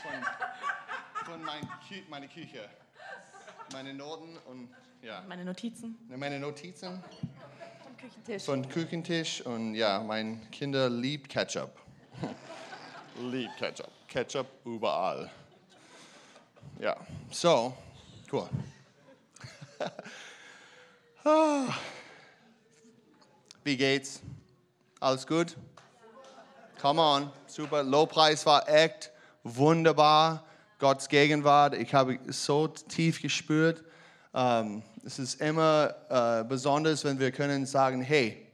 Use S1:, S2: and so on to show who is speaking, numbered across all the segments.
S1: von, von mein Kü meine Küche. Meine Noten und ja. ne,
S2: Meine Notizen.
S1: Meine Notizen
S2: vom Küchentisch.
S1: von Küchentisch und ja, mein Kinder liebt Ketchup. liebt Ketchup. Ketchup überall. Ja, so, cool. Ah. Wie geht's? Alles gut? Come on, super. Lobpreis war echt wunderbar. Gottes Gegenwart, ich habe es so tief gespürt. Ähm, es ist immer äh, besonders, wenn wir können sagen, hey,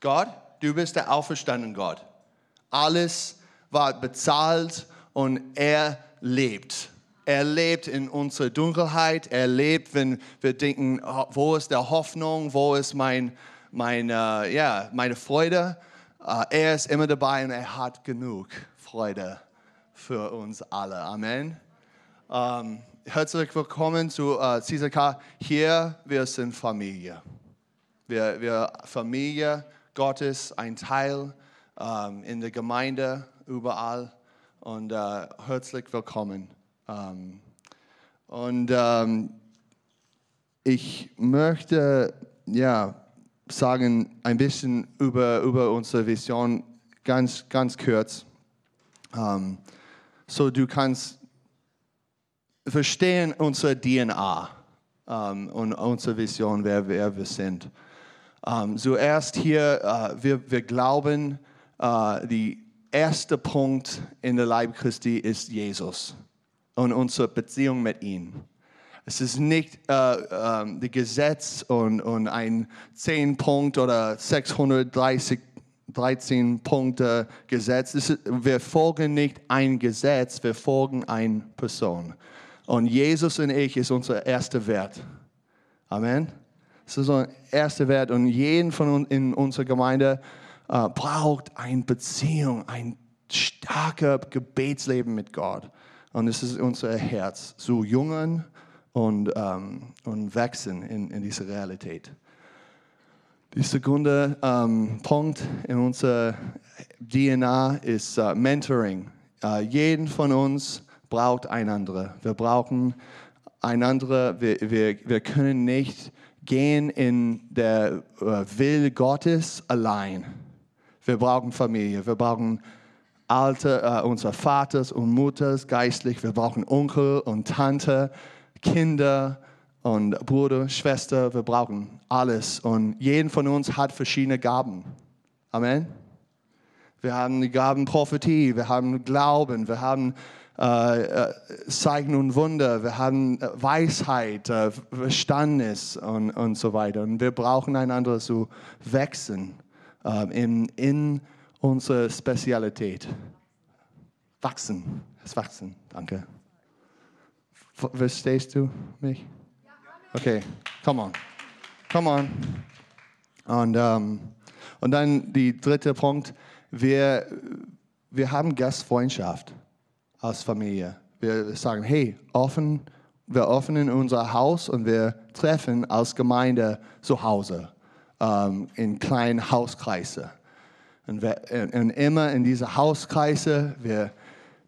S1: Gott, du bist der auferstandene Gott. Alles war bezahlt und er lebt. Er lebt in unserer Dunkelheit. Er lebt, wenn wir denken, oh, wo ist der Hoffnung, wo ist mein, mein, äh, ja, meine Freude. Äh, er ist immer dabei und er hat genug Freude für uns alle. Amen. Ähm, herzlich willkommen zu äh, CZK. Hier, wir sind Familie. Wir, wir Familie Gottes, ein Teil ähm, in der Gemeinde, überall. Und äh, herzlich willkommen. Ähm, und ähm, ich möchte ja, sagen, ein bisschen über, über unsere Vision, ganz, ganz kurz. Ähm, so du kannst verstehen unsere DNA ähm, und unsere Vision, wer, wer wir sind. Ähm, zuerst hier, äh, wir, wir glauben, äh, der erste Punkt in der Leib Christi ist Jesus und unsere Beziehung mit ihm. Es ist nicht äh, ähm, das Gesetz und, und ein 10-Punkt oder 630 13 Punkte Gesetz. Es ist- Wir folgen nicht ein Gesetz, wir folgen eine Person. Und Jesus und ich ist unser erster Wert. Amen. Das ist unser erster Wert. Und jeden von uns in unserer Gemeinde äh, braucht eine Beziehung, ein starkes Gebetsleben mit Gott. Und es ist unser Herz, zu jungen und, ähm, und wachsen in, in diese Realität. Der zweite ähm, Punkt in unserer DNA ist äh, Mentoring. Äh, jeden von uns braucht einander. Wir brauchen einander. Wir, wir, wir können nicht gehen in der äh, Will Gottes allein. Wir brauchen Familie. Wir brauchen alte, äh, unsere Vaters und Mutters geistlich. Wir brauchen Onkel und Tante, Kinder und Bruder, Schwester. Wir brauchen alles. Und jeden von uns hat verschiedene Gaben. Amen. Wir haben die Gaben Prophetie, wir haben Glauben, wir haben äh, äh, Zeichen und Wunder, wir haben äh, Weisheit, äh, Verstandnis und, und so weiter. Und wir brauchen einander zu wachsen ähm, in, in unsere Spezialität. Wachsen, das Wachsen, danke. F- Verstehst du mich? Okay, come on, come on. Und, ähm, und dann die dritte Punkt, wir, wir haben Gastfreundschaft als Familie. Wir sagen, hey, offen, wir öffnen unser Haus und wir treffen als Gemeinde zu Hause ähm, in kleinen Hauskreise. Und, wir, und, und immer in diese Hauskreise, wir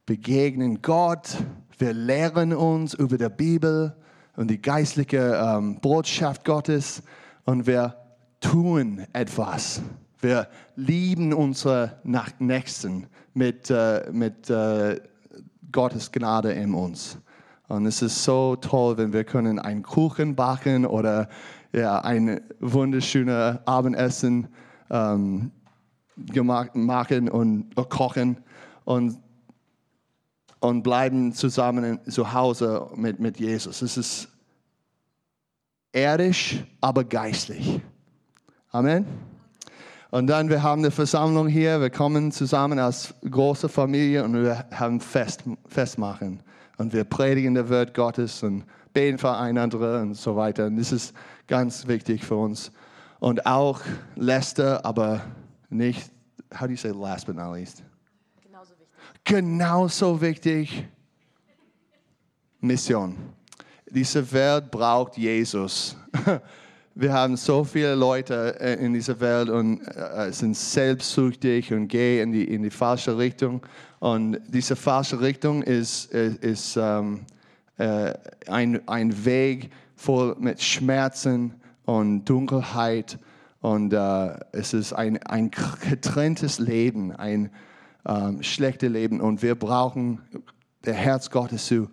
S1: begegnen Gott, wir lehren uns über die Bibel und die geistliche ähm, Botschaft Gottes und wir tun etwas. Wir lieben unsere Nach Nächsten mit, äh, mit äh, Gottes Gnade in uns. Und es ist so toll, wenn wir können einen Kuchen backen oder ja, ein wunderschönes Abendessen ähm, gemacht, machen und äh, kochen und, und bleiben zusammen in- zu Hause mit, mit Jesus. Es ist erdisch, aber geistlich. Amen. Und dann, wir haben eine Versammlung hier, wir kommen zusammen als große Familie und wir haben Fest, Festmachen. Und wir predigen das Wort Gottes und beten füreinander und so weiter. Und das ist ganz wichtig für uns. Und auch letzte, aber nicht, how do you say last but not least?
S2: Genauso wichtig.
S1: Genauso wichtig, Mission. Diese Welt braucht Jesus. Wir haben so viele Leute äh, in dieser Welt und äh, sind selbstsüchtig und gehen in die, in die falsche Richtung. Und diese falsche Richtung ist, äh, ist ähm, äh, ein, ein Weg voll mit Schmerzen und Dunkelheit. Und äh, es ist ein, ein getrenntes Leben, ein ähm, schlechtes Leben. Und wir brauchen der Herz Gottes zu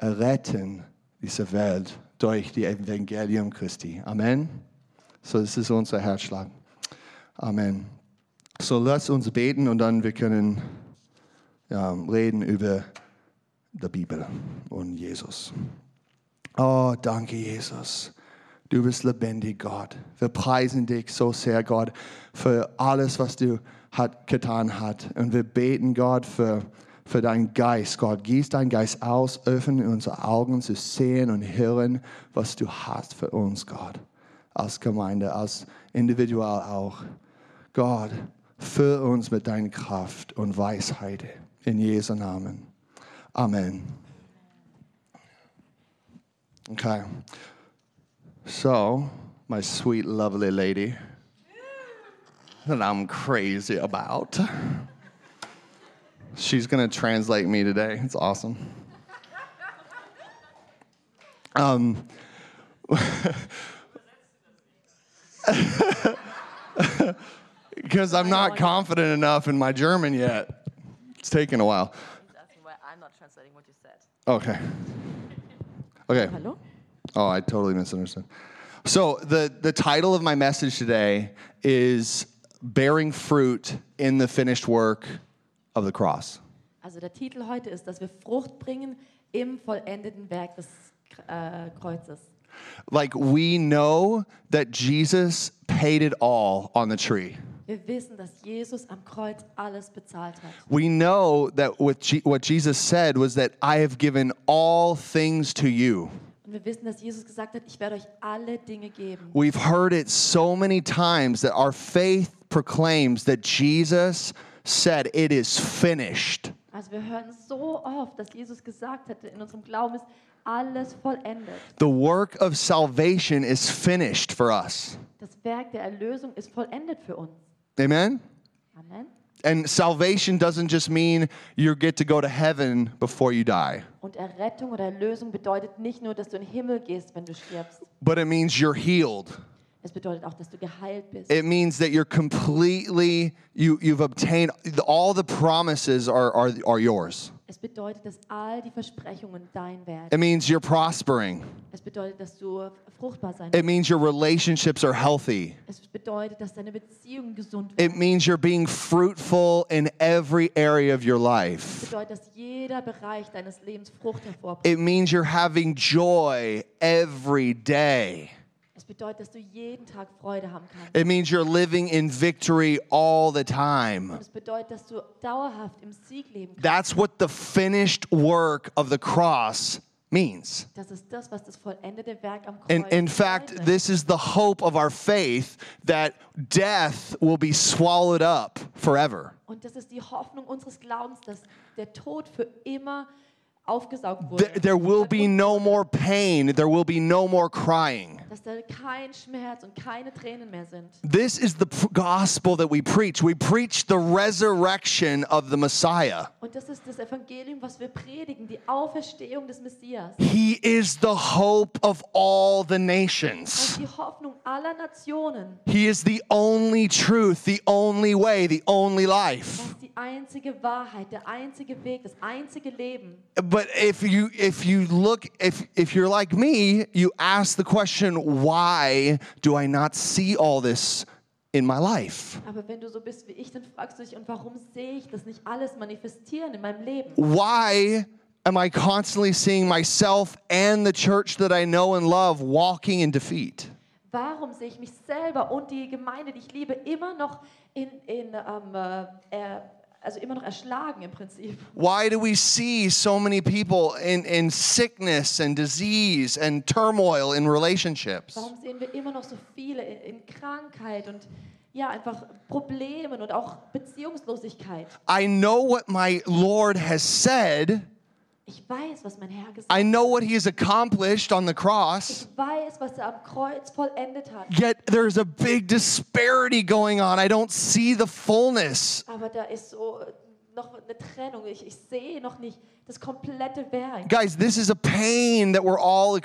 S1: retten, diese Welt, durch die Evangelium Christi. Amen. So, das ist unser Herzschlag. Amen. So, lasst uns beten und dann wir können ja, reden über der Bibel und Jesus. Oh, danke, Jesus. Du bist lebendig, Gott. Wir preisen dich so sehr, Gott, für alles, was du hat, getan hat. Und wir beten, Gott, für, für deinen Geist. Gott, gieß deinen Geist aus, öffne unsere Augen zu sehen und hören, was du hast für uns, Gott. Als Gemeinde, als individual auch. Gott, füll uns mit deiner Kraft und Weisheit. In Jesu Namen. Amen. Okay. So, my sweet, lovely lady that I'm crazy about, she's going to translate me today. It's awesome. Um, because I'm not confident enough in my German yet. It's taken a while.
S3: He's asking why I'm not translating what you said.
S1: Okay. Okay.
S3: Hallo?
S1: Oh, I totally misunderstood. So the the title of my message today is bearing fruit in the finished work of the cross.
S3: Also der Titel heute ist, dass wir Frucht bringen im vollendeten Werk des äh, Kreuzes.
S1: Like we know that Jesus paid it all on the tree.
S3: Wir wissen, dass Jesus am Kreuz alles bezahlt hat.
S1: We know that what, Je- what Jesus said was that I have given all things to you.
S3: Und wir wissen, dass Jesus gesagt hat, ich werde euch alle Dinge geben.
S1: We've heard it so many times that our faith proclaims that Jesus said it is finished.
S3: Also wir hören so oft, dass Jesus gesagt hat, in unserem Glauben ist alles vollendet.
S1: The work of salvation is finished for us.
S3: Das Werk der Erlösung ist vollendet für uns.
S1: Amen?
S3: Amen.
S1: And salvation doesn't just mean you get to go to heaven before you die,
S3: Und Errettung oder Erlösung bedeutet nicht nur, dass du in den Himmel gehst, wenn du stirbst.
S1: but it means you're healed.
S3: Es bedeutet auch, dass du geheilt bist.
S1: It means that you're completely, you, you've obtained all the promises are, are, are yours.
S3: Es bedeutet, dass all die Versprechungen dein werden.
S1: It means you're prospering.
S3: Es bedeutet, dass du fruchtbar sein
S1: It means your relationships are healthy.
S3: Es bedeutet, dass deine Beziehungen gesund werden.
S1: It means you're being fruitful in every area of your life.
S3: Es bedeutet, dass jeder Bereich deines Lebens Frucht hervorbringt.
S1: It means you're having joy every day.
S3: Es bedeutet, dass du jeden Tag Freude haben kannst.
S1: It means you're living in victory all the time.
S3: Und es bedeutet, dass du dauerhaft im Sieg leben kannst.
S1: That's what the finished work of the cross means.
S3: Das ist das, was das vollendete Werk am Kreuz
S1: And in fact,
S3: bedeutet.
S1: this is the hope of our faith that death will be swallowed up forever.
S3: Und das ist die Hoffnung unseres Glaubens, dass der Tod für immer aufgesaugt wurde.
S1: Th- There will be no more pain, there will be no more crying.
S3: dass da kein Schmerz und keine Tränen mehr sind.
S1: This is the p- gospel that we preach. We preach the resurrection of the Messiah.
S3: Und das ist das Evangelium, was wir predigen, die Auferstehung des Messias.
S1: He is the hope of all the nations.
S3: Und die Hoffnung aller Nationen.
S1: He is the only truth, the only way, the only
S3: Das
S1: life.
S3: ist die einzige Wahrheit, der einzige Weg, das einzige Leben.
S1: But if you if you look if if you're like me, you ask the question, why do I not see all this in my life?
S3: Aber wenn du so bist wie ich, dann fragst du dich, und warum sehe ich das nicht alles manifestieren in meinem Leben?
S1: Why am I constantly seeing myself and the church that I know and love walking in defeat?
S3: Warum sehe ich mich selber und die Gemeinde, die ich liebe, immer noch in, in ähm, äh, äh, also immer noch erschlagen im Prinzip?
S1: Why do we see so many people in, in sickness and disease and turmoil in relationships?
S3: Warum sehen wir immer noch so viele in, in Krankheit und ja, einfach Problemen und auch Beziehungslosigkeit?
S1: I know what my Lord has said,
S3: Ich weiß, was mein Herr gesagt hat.
S4: I know what he has accomplished on the cross.
S3: Ich weiß, was er am Kreuz vollendet hat.
S4: Yet there's a big disparity going on. I don't see the fullness.
S3: Aber da ist so äh, noch eine Trennung. Ich, ich sehe noch nicht das komplette Werk.
S4: Guys, this is a pain that we're all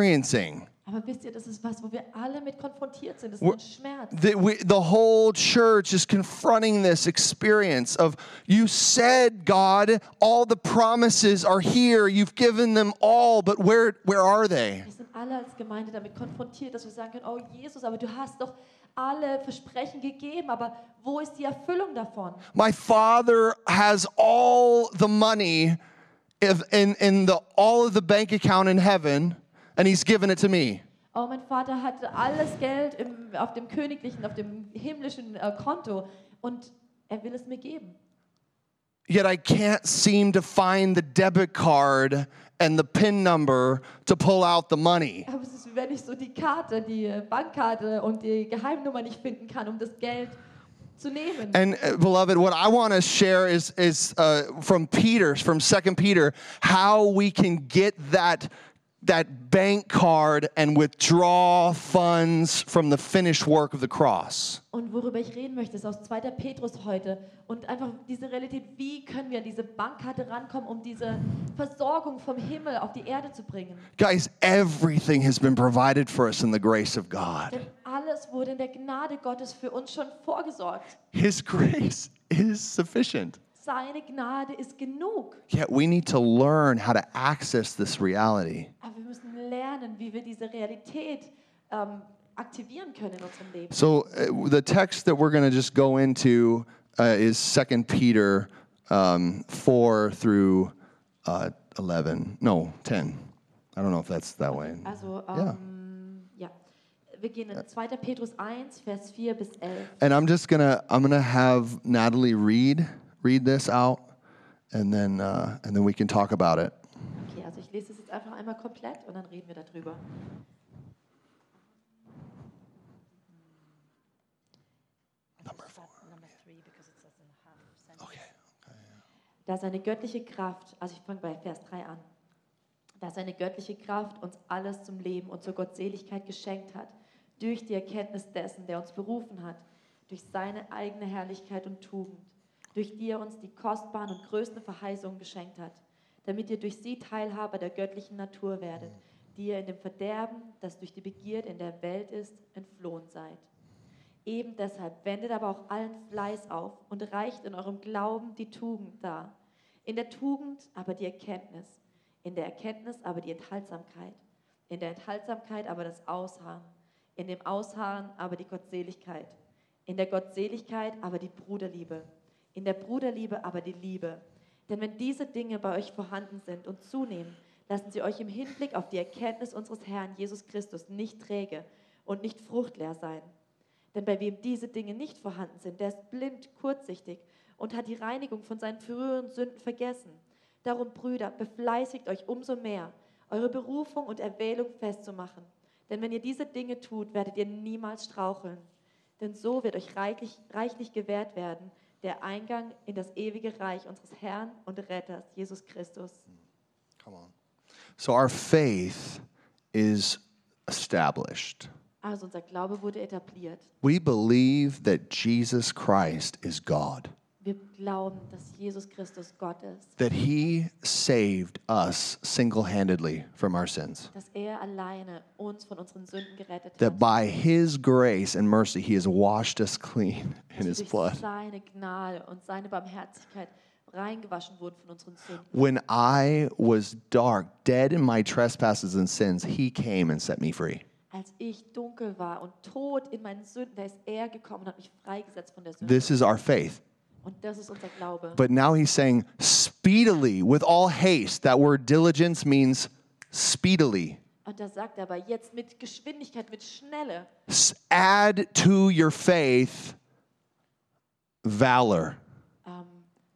S4: experiencing.
S3: Aber wisst ihr, das ist was, wo wir alle mit konfrontiert sind. Das ist ein Schmerz.
S4: The, we, the whole church is confronting this experience of you said, God, all the promises are here. You've given them all, but where, where are they?
S3: Wir sind alle als Gemeinde damit konfrontiert, dass wir sagen können, oh Jesus, aber du hast doch alle Versprechen gegeben, aber wo ist die Erfüllung davon?
S4: My father has all the money if, in, in the, all of the bank account in heaven, and he's given it to me.
S3: Oh, mein Vater hatte alles Geld im, auf dem königlichen, auf dem himmlischen äh, Konto und er will es mir geben.
S4: Yet I can't seem to find the debit card and the PIN number to pull out the money.
S3: Aber es ist, wenn ich so die Karte, die äh, Bankkarte und die Geheimnummer nicht finden kann, um das Geld zu nehmen.
S4: And uh, beloved, what I want to share is is uh, from Peter, from Second Peter, how we can get that that bank card and withdraw funds from the finished work of the cross.
S3: Und worüber ich reden möchte, ist aus 2. Petrus heute. Und einfach diese Realität, wie können wir an diese Bankkarte rankommen, um diese Versorgung vom Himmel auf die Erde zu bringen.
S4: Guys, everything has been provided for us in the grace of God.
S3: Denn alles wurde in der Gnade Gottes für uns schon vorgesorgt.
S4: His grace is sufficient.
S3: Seine Gnade ist genug.
S4: Yet we need to learn how to access this reality.
S3: Aber wir müssen lernen, wie wir diese Realität ähm, aktivieren können in unserem Leben.
S4: So uh, the text that we're going to just go into uh, is Second Peter um, four through uh, eleven. No, ten. I don't know if that's that way.
S3: Also, ähm, ja. Wir gehen in 2. Petrus 1, Vers 4 bis 11.
S4: And I'm just gonna I'm gonna have Natalie read read this out, and then uh, and then we can talk about it.
S3: Okay, also ich lese es jetzt einfach einmal komplett und dann reden wir darüber.
S4: Number four.
S5: number three because it says in the half percent.
S4: Okay.
S3: da seine göttliche Kraft, also ich fange bei Vers 3 an, da seine göttliche Kraft uns alles zum Leben und zur Gottseligkeit geschenkt hat, durch die Erkenntnis dessen, der uns berufen hat, durch seine eigene Herrlichkeit und Tugend, durch die er uns die kostbaren und größten Verheißungen geschenkt hat, damit ihr durch sie Teilhaber der göttlichen Natur werdet, die ihr in dem Verderben, das durch die Begierde in der Welt ist, entflohen seid. Eben deshalb wendet aber auch allen Fleiß auf und reicht in eurem Glauben die Tugend dar. In der Tugend aber die Erkenntnis. In der Erkenntnis aber die Enthaltsamkeit. In der Enthaltsamkeit aber das Ausharren. In dem Ausharren aber die Gottseligkeit. In der Gottseligkeit aber die Bruderliebe. In der Bruderliebe aber die Liebe. Denn wenn diese Dinge bei euch vorhanden sind und zunehmen, lassen sie euch im Hinblick auf die Erkenntnis unseres Herrn Jesus Christus nicht träge und nicht fruchtleer sein. Denn bei wem diese Dinge nicht vorhanden sind, der ist blind, kurzsichtig und hat die Reinigung von seinen früheren Sünden vergessen. Darum, Brüder, befleißigt euch umso mehr, eure Berufung und Erwählung festzumachen. Denn wenn ihr diese Dinge tut, werdet ihr niemals straucheln. Denn so wird euch reichlich, reichlich gewährt werden, der Eingang in das ewige Reich unseres Herrn und Retters, Jesus Christus.
S4: Come on. So our faith is established.
S3: Also unser Glaube wurde etabliert.
S4: We believe that Jesus Christ is God,
S3: Wir glauben, dass Jesus Christus Gott ist,
S4: that he saved us single handedly from our sins,
S3: dass er alleine uns von unseren Sünden gerettet hat.
S4: that by his grace and mercy, he has washed us clean in
S3: dass
S4: his
S3: wir durch
S4: blood.
S3: seine Gnade und seine Barmherzigkeit reingewaschen wurden von unseren Sünden.
S4: When I was dark, dead in my trespasses and sins, he came and set me free.
S3: Als ich dunkel war und tot in meinen Sünden, da ist er gekommen und hat mich freigesetzt von der Sünde.
S4: This is our faith.
S3: und das ist unser Glaube.
S4: But now he's saying, speedily, with all haste. That word diligence means speedily.
S3: Und da sagt er aber jetzt mit Geschwindigkeit, mit Schnelle,
S4: S- Add to your faith valor.
S3: ähm,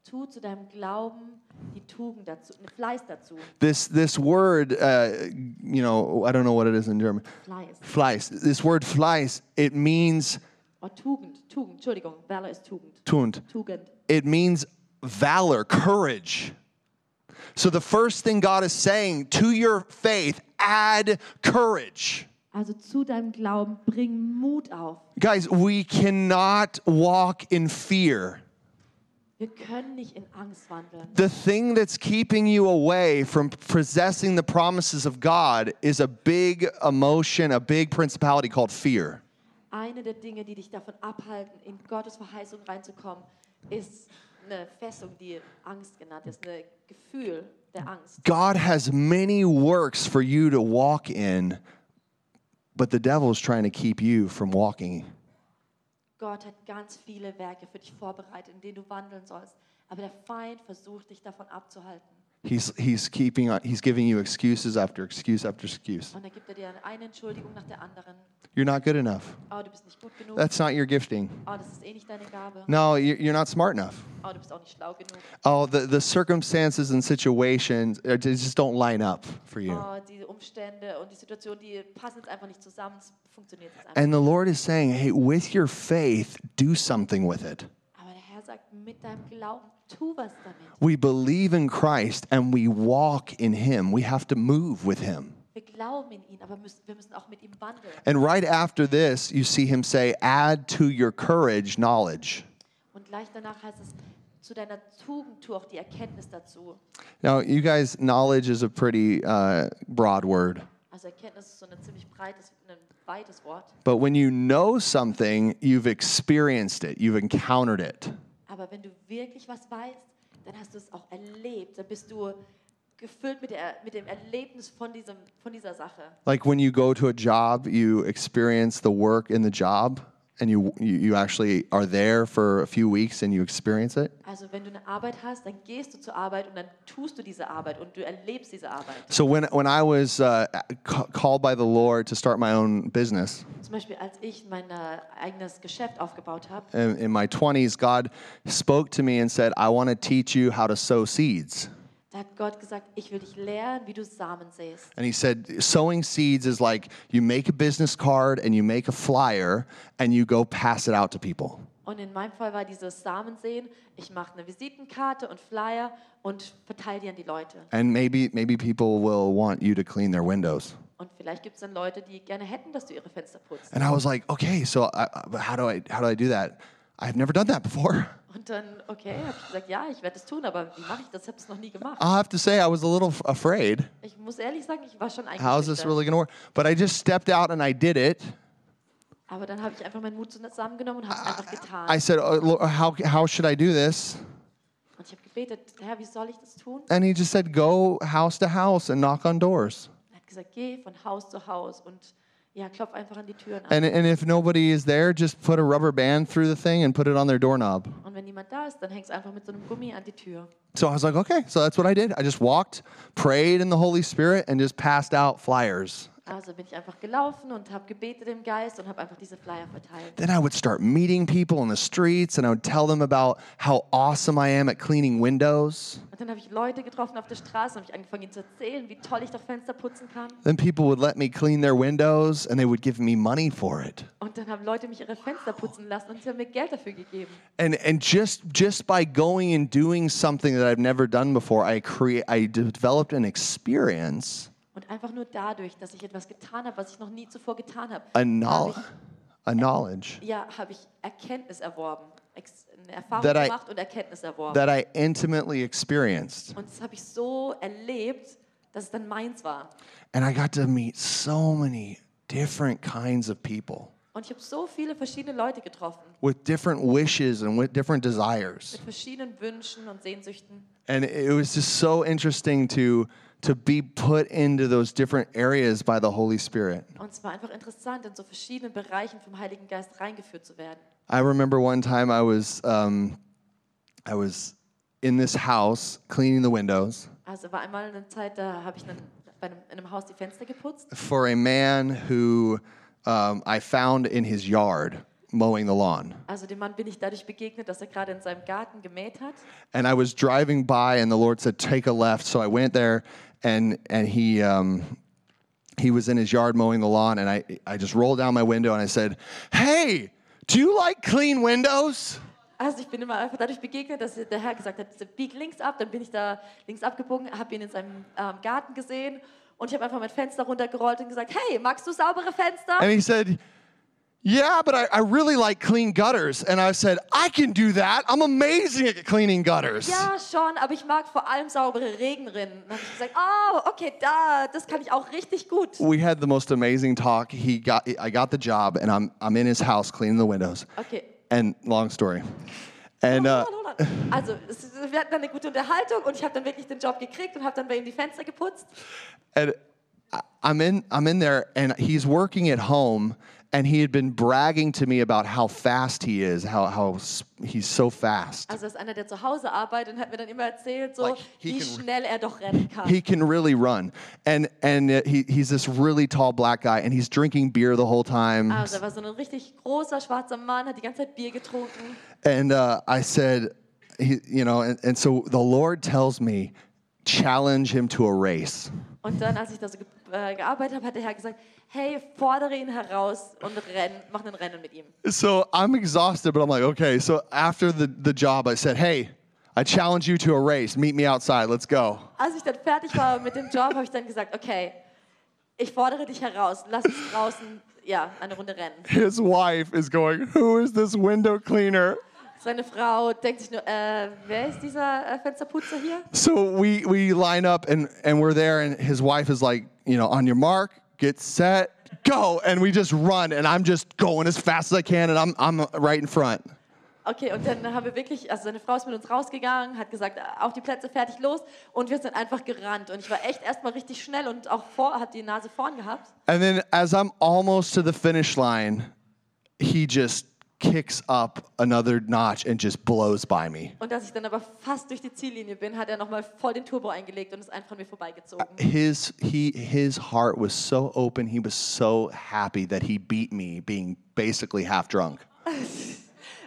S3: tu zu deinem Glauben die Tugend dazu, ne, Fleiß dazu.
S4: This, this word, uh, you know, I don't know what it is in German.
S3: Fleiß.
S4: Fleiß. This word fleiß, it means
S3: Oh, Tugend, Tugend, Entschuldigung, Valor ist Tugend.
S4: tund.
S3: Tugend.
S4: It means valor, courage. So the first thing God is saying to your faith, add courage.
S3: Also zu deinem Glauben bring Mut auf.
S4: Guys, we cannot walk in fear.
S3: Wir können nicht in Angst wandeln.
S4: The thing that's keeping you away from possessing the promises of God is a big emotion, a big principality called fear.
S3: Eine der Dinge, die dich davon abhalten, in Gottes Verheißung reinzukommen, ist eine Fessung, die Angst genannt ist, ein Gefühl der Angst.
S4: God has many works for you to walk in, but the devil is trying to keep you from walking.
S3: Gott hat ganz viele Werke für dich vorbereitet, in denen du wandeln sollst. Aber der Feind versucht, dich davon abzuhalten.
S4: He's, he's, keeping on, he's giving you excuses after excuse after excuse.
S3: Und da gibt er dir dann eine Entschuldigung nach der anderen.
S4: You're not good enough.
S3: Oh, du bist nicht gut genug.
S4: That's not your gifting.
S3: Oh, das ist eh nicht deine Gabe.
S4: No, you- you're not smart enough.
S3: Oh, du bist auch nicht schlau genug.
S4: Oh, the, the circumstances and situations uh, they just don't line up for you.
S3: Oh, diese Umstände und die Situation, die passen jetzt einfach nicht zusammen. Es funktioniert jetzt einfach.
S4: And the Lord is saying, hey, with your faith, do something with it.
S3: Aber der Herr sagt, mit deinem Glauben, tu was damit.
S4: We believe in Christ and we walk in Him. We have to move with Him.
S3: Wir glauben in ihn, aber müssen, wir müssen auch mit ihm wandeln.
S4: And right after this, you see Him say, add to your courage knowledge.
S3: Und gleich danach heißt es, zu deiner Tugend tu auch die Erkenntnis dazu.
S4: Now, you guys, knowledge is a pretty uh, broad word.
S3: Also Erkenntnis ist so ein ziemlich breites, ein weites Wort.
S4: But when you know something, you've experienced it, you've encountered it.
S3: Aber wenn du wirklich was weißt, dann hast du es auch erlebt. Dann bist du gefüllt mit, der, mit dem Erlebnis von, diesem, von dieser Sache.
S4: Like when you go to a job, you experience the work in the job and you, you, you actually are there for a few weeks and you experience it.
S3: Also wenn du eine Arbeit hast, dann gehst du zur Arbeit und dann tust du diese Arbeit und du erlebst diese Arbeit.
S4: So when, when I was uh, ca- called by the Lord to start my own business
S3: Zum Beispiel, als ich mein äh, eigenes Geschäft aufgebaut habe,
S4: in, in my 20s, God spoke to me and said, I want to teach you how to sow seeds.
S3: da hat Gott gesagt, ich will dich lehren, wie du Samen säst.
S4: And he said, sowing seeds is like you make a business card and you make a flyer and you go pass it out to people.
S3: Und in meinem Fall war dieses Samensehen, ich mache eine Visitenkarte und Flyer und verteile die an die Leute.
S4: And maybe, maybe people will want you to clean their windows.
S3: Und vielleicht gibt es dann Leute, die gerne hätten, dass du ihre Fenster putzt.
S4: And I was like, okay, so I, I- but how do I how do I do that? I've never done that before.
S3: Und dann, okay, habe ich gesagt, ja, ich werde es tun, aber wie mache ich das? Ich habe es noch nie gemacht.
S4: I'll have to say I was a little f- afraid.
S3: Ich muss ehrlich sagen, ich war schon
S4: How's this
S3: eingeschüchtert.
S4: really gonna work? But I just stepped out and I did it.
S3: Aber dann habe ich einfach meinen Mut zusammengenommen und habe es einfach getan.
S4: Ah, I said, oh, Lord, how how should I do this?
S3: Und ich habe gebetet, Herr, wie soll ich das tun?
S4: And he just said, go house to house and knock on doors.
S3: Er hat gesagt, geh von Haus zu Haus und ja, klopf einfach an die Türen an.
S4: And and if nobody is there, just put a rubber band through the thing and put it on their doorknob.
S3: Und wenn niemand da ist, dann hängst einfach mit so einem Gummi an die Tür.
S4: So I was like, okay, so that's what I did. I just walked, prayed in the Holy Spirit, and just passed out flyers.
S3: Also bin ich einfach gelaufen und habe gebetet im Geist und habe einfach diese Flyer verteilt.
S4: Then I would start meeting people in the streets and I would tell them about how awesome I am at cleaning windows.
S3: Und dann habe ich Leute getroffen auf der Straße und habe ich angefangen, ihnen zu erzählen, wie toll ich doch Fenster putzen kann.
S4: Then people would let me clean their windows and they would give me money for it.
S3: Und dann haben Leute mich ihre Fenster putzen lassen und sie haben mir Geld dafür gegeben.
S4: And and just just by going and doing something that I've never done before, I create I developed an experience,
S3: Und einfach nur dadurch, dass ich etwas getan habe, was ich noch nie zuvor getan habe,
S4: a
S3: habe
S4: knowledge,
S3: ich,
S4: a knowledge
S3: ja, habe ich Erkenntnis erworben. Ex eine Erfahrung
S4: That I-
S3: gemacht und Erkenntnis erworben.
S4: that I intimately experienced.
S3: Und das habe ich so erlebt, dass es dann meins war.
S4: And I got to meet so many different kinds of people
S3: Und ich habe so viele verschiedene Leute getroffen
S4: with different wishes and with different desires.
S3: mit verschiedenen Wünschen und Sehnsüchten.
S4: and it was just so interesting to to be put into those different areas by the holy spirit
S3: Und es war einfach interessant, in so verschiedenen Bereichen vom Heiligen Geist reingeführt zu werden.
S4: i remember one time i was um, i was in this house cleaning the windows
S3: Also war einmal eine Zeit, da habe ich einen, bei einem, in einem Haus die Fenster geputzt
S4: for a man who um, i found in his yard mowing the lawn
S3: Also dem Mann bin ich dadurch begegnet, dass er gerade in seinem Garten gemäht hat.
S4: and i was driving by and the lord said take a left so i went there and and he um, he was in his yard mowing the lawn and I, I just rolled down my window and i said hey do you like clean windows
S3: Also ich bin immer einfach dadurch begegnet, dass der Herr gesagt hat, bieg links ab. Dann bin ich da links abgebogen, habe ihn in seinem ähm, Garten gesehen und ich habe einfach mein Fenster runtergerollt und gesagt, hey, magst du saubere Fenster?
S4: And he said, Yeah, but I, I really like clean gutters. And I said, I can do that. I'm amazing at cleaning gutters.
S3: Ja, schon, aber ich mag vor allem saubere Regenrinnen. Dann habe ich gesagt, oh, okay, da, das kann ich auch richtig gut.
S4: We had the most amazing talk. He got I got the job and I'm I'm in his house cleaning the windows.
S3: Okay.
S4: And long story. And uh,
S3: Hold on, hold on. Also, es, es- wir hatten dann eine gute Unterhaltung und ich habe dann wirklich den Job gekriegt und habe dann bei ihm die Fenster geputzt.
S4: and I- I'm in I'm in there and he's working at home and he had been bragging to me about how fast he is, how how s- he's so fast.
S3: Also, das ist einer, der zu Hause arbeitet und hat mir dann immer erzählt, so,
S4: Like, he
S3: wie
S4: can re-
S3: schnell er doch rennen kann.
S4: He can really run. And and uh, he he's this really tall black guy and he's drinking beer the whole time.
S3: Also, er war so ein richtig großer schwarzer Mann, hat die ganze Zeit Bier getrunken.
S4: And uh, I said, he, you know, and, and so the Lord tells me, challenge him to a race.
S3: Und dann, als ich da so ge äh, gearbeitet habe, hat der Herr gesagt, hey, fordere ihn heraus und renn, mach ein Rennen mit ihm.
S4: So I'm exhausted, but I'm like, okay. So after the, the job, I said, hey, I challenge you to a race. Meet me outside. Let's go.
S3: Als ich dann fertig war mit dem Job, habe ich dann gesagt, okay, ich fordere dich heraus, lass uns draußen ja, eine Runde rennen.
S4: His wife is going, who is this window cleaner?
S3: Seine Frau denkt sich nur, äh, wer ist dieser äh, Fensterputzer hier?
S4: So we, we line up and, and we're there, and his wife is like, you know, on your mark, get set, go. And we just run, and I'm just going as fast as I can, and I'm, I'm right in front.
S3: Okay, und dann haben wir wirklich, also seine Frau ist mit uns rausgegangen, hat gesagt, auf die Plätze, fertig, los. Und wir sind einfach gerannt. Und ich war echt erstmal richtig schnell und auch vor, hat die Nase vorn gehabt.
S4: And then as I'm almost to the finish line, he just kicks up another notch and just blows by me.
S3: Und als ich dann aber fast durch die Ziellinie bin, hat er nochmal voll den Turbo eingelegt und ist einfach an mir vorbeigezogen.
S4: His he his heart was so open, he was so happy that he beat me being basically half drunk.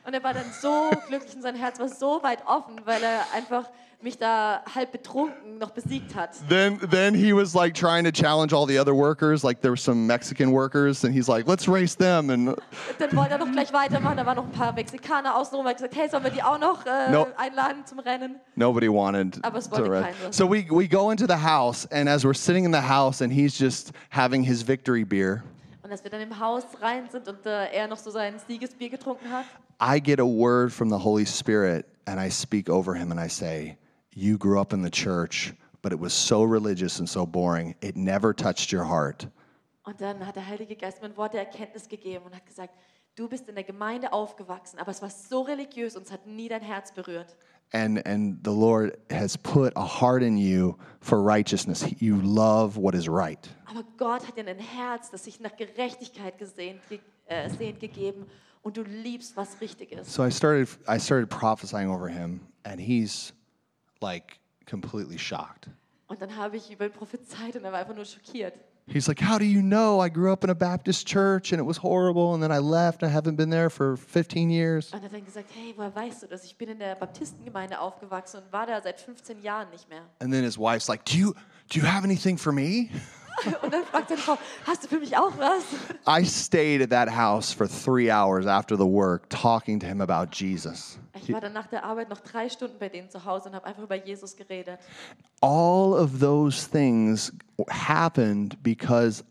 S3: Und er war dann so glücklich und sein Herz war so weit offen, weil er einfach mich da halb betrunken noch besiegt hat.
S4: Then then he was like trying to challenge all the other workers, like there were some Mexican workers and he's like, "Let's race them." And
S3: Dann wollte er noch gleich weitermachen, da waren noch ein paar Mexikaner außenrum, er hat gesagt, hey, sollen wir die auch noch äh,
S4: No.
S3: einladen zum Rennen?
S4: nobody wanted
S3: Aber es
S4: to
S3: wollte
S4: race.
S3: keiner.
S4: So we we go into the house and as we're sitting in the house and he's just having his victory beer.
S3: Und als wir dann im Haus rein sind und äh, er noch so sein Siegesbier getrunken hat,
S4: I get a word from the Holy Spirit and I speak over him and I say, You grew up in the church, but it was so religious and so boring, it never touched your heart.
S3: Und dann hat der Heilige Geist mir ein Wort der Erkenntnis gegeben und hat gesagt, du bist in der Gemeinde aufgewachsen, aber es war so religiös und es hat nie dein Herz berührt.
S4: And, and the Lord has put a heart in you for righteousness. You love what is right.
S3: Aber Gott hat dir ein Herz, das sich nach Gerechtigkeit gesehnt, ge äh, sehnt gegeben und du liebst, was richtig ist.
S4: So I started, I started prophesying over him, and he's like completely shocked.
S3: Und dann habe ich über ihn prophezeit und er war einfach nur schockiert.
S4: He's like, How do you know? I grew up in a Baptist church and it was horrible, and then I left and I haven't been there for 15 years.
S3: Und er hat dann gesagt, hey, woher weißt du das? Ich bin in der Baptistengemeinde aufgewachsen und war da seit 15 Jahren nicht mehr.
S4: And then his wife's like, "Do you do you have anything for me?"
S3: Und dann fragt seine Frau, hast du für mich auch was?
S4: I stayed at that house for 3 hours after the work talking to him about Jesus.
S3: Ich war dann nach der Arbeit noch drei Stunden bei denen zu Hause und habe einfach über Jesus geredet.
S4: All of those things happened because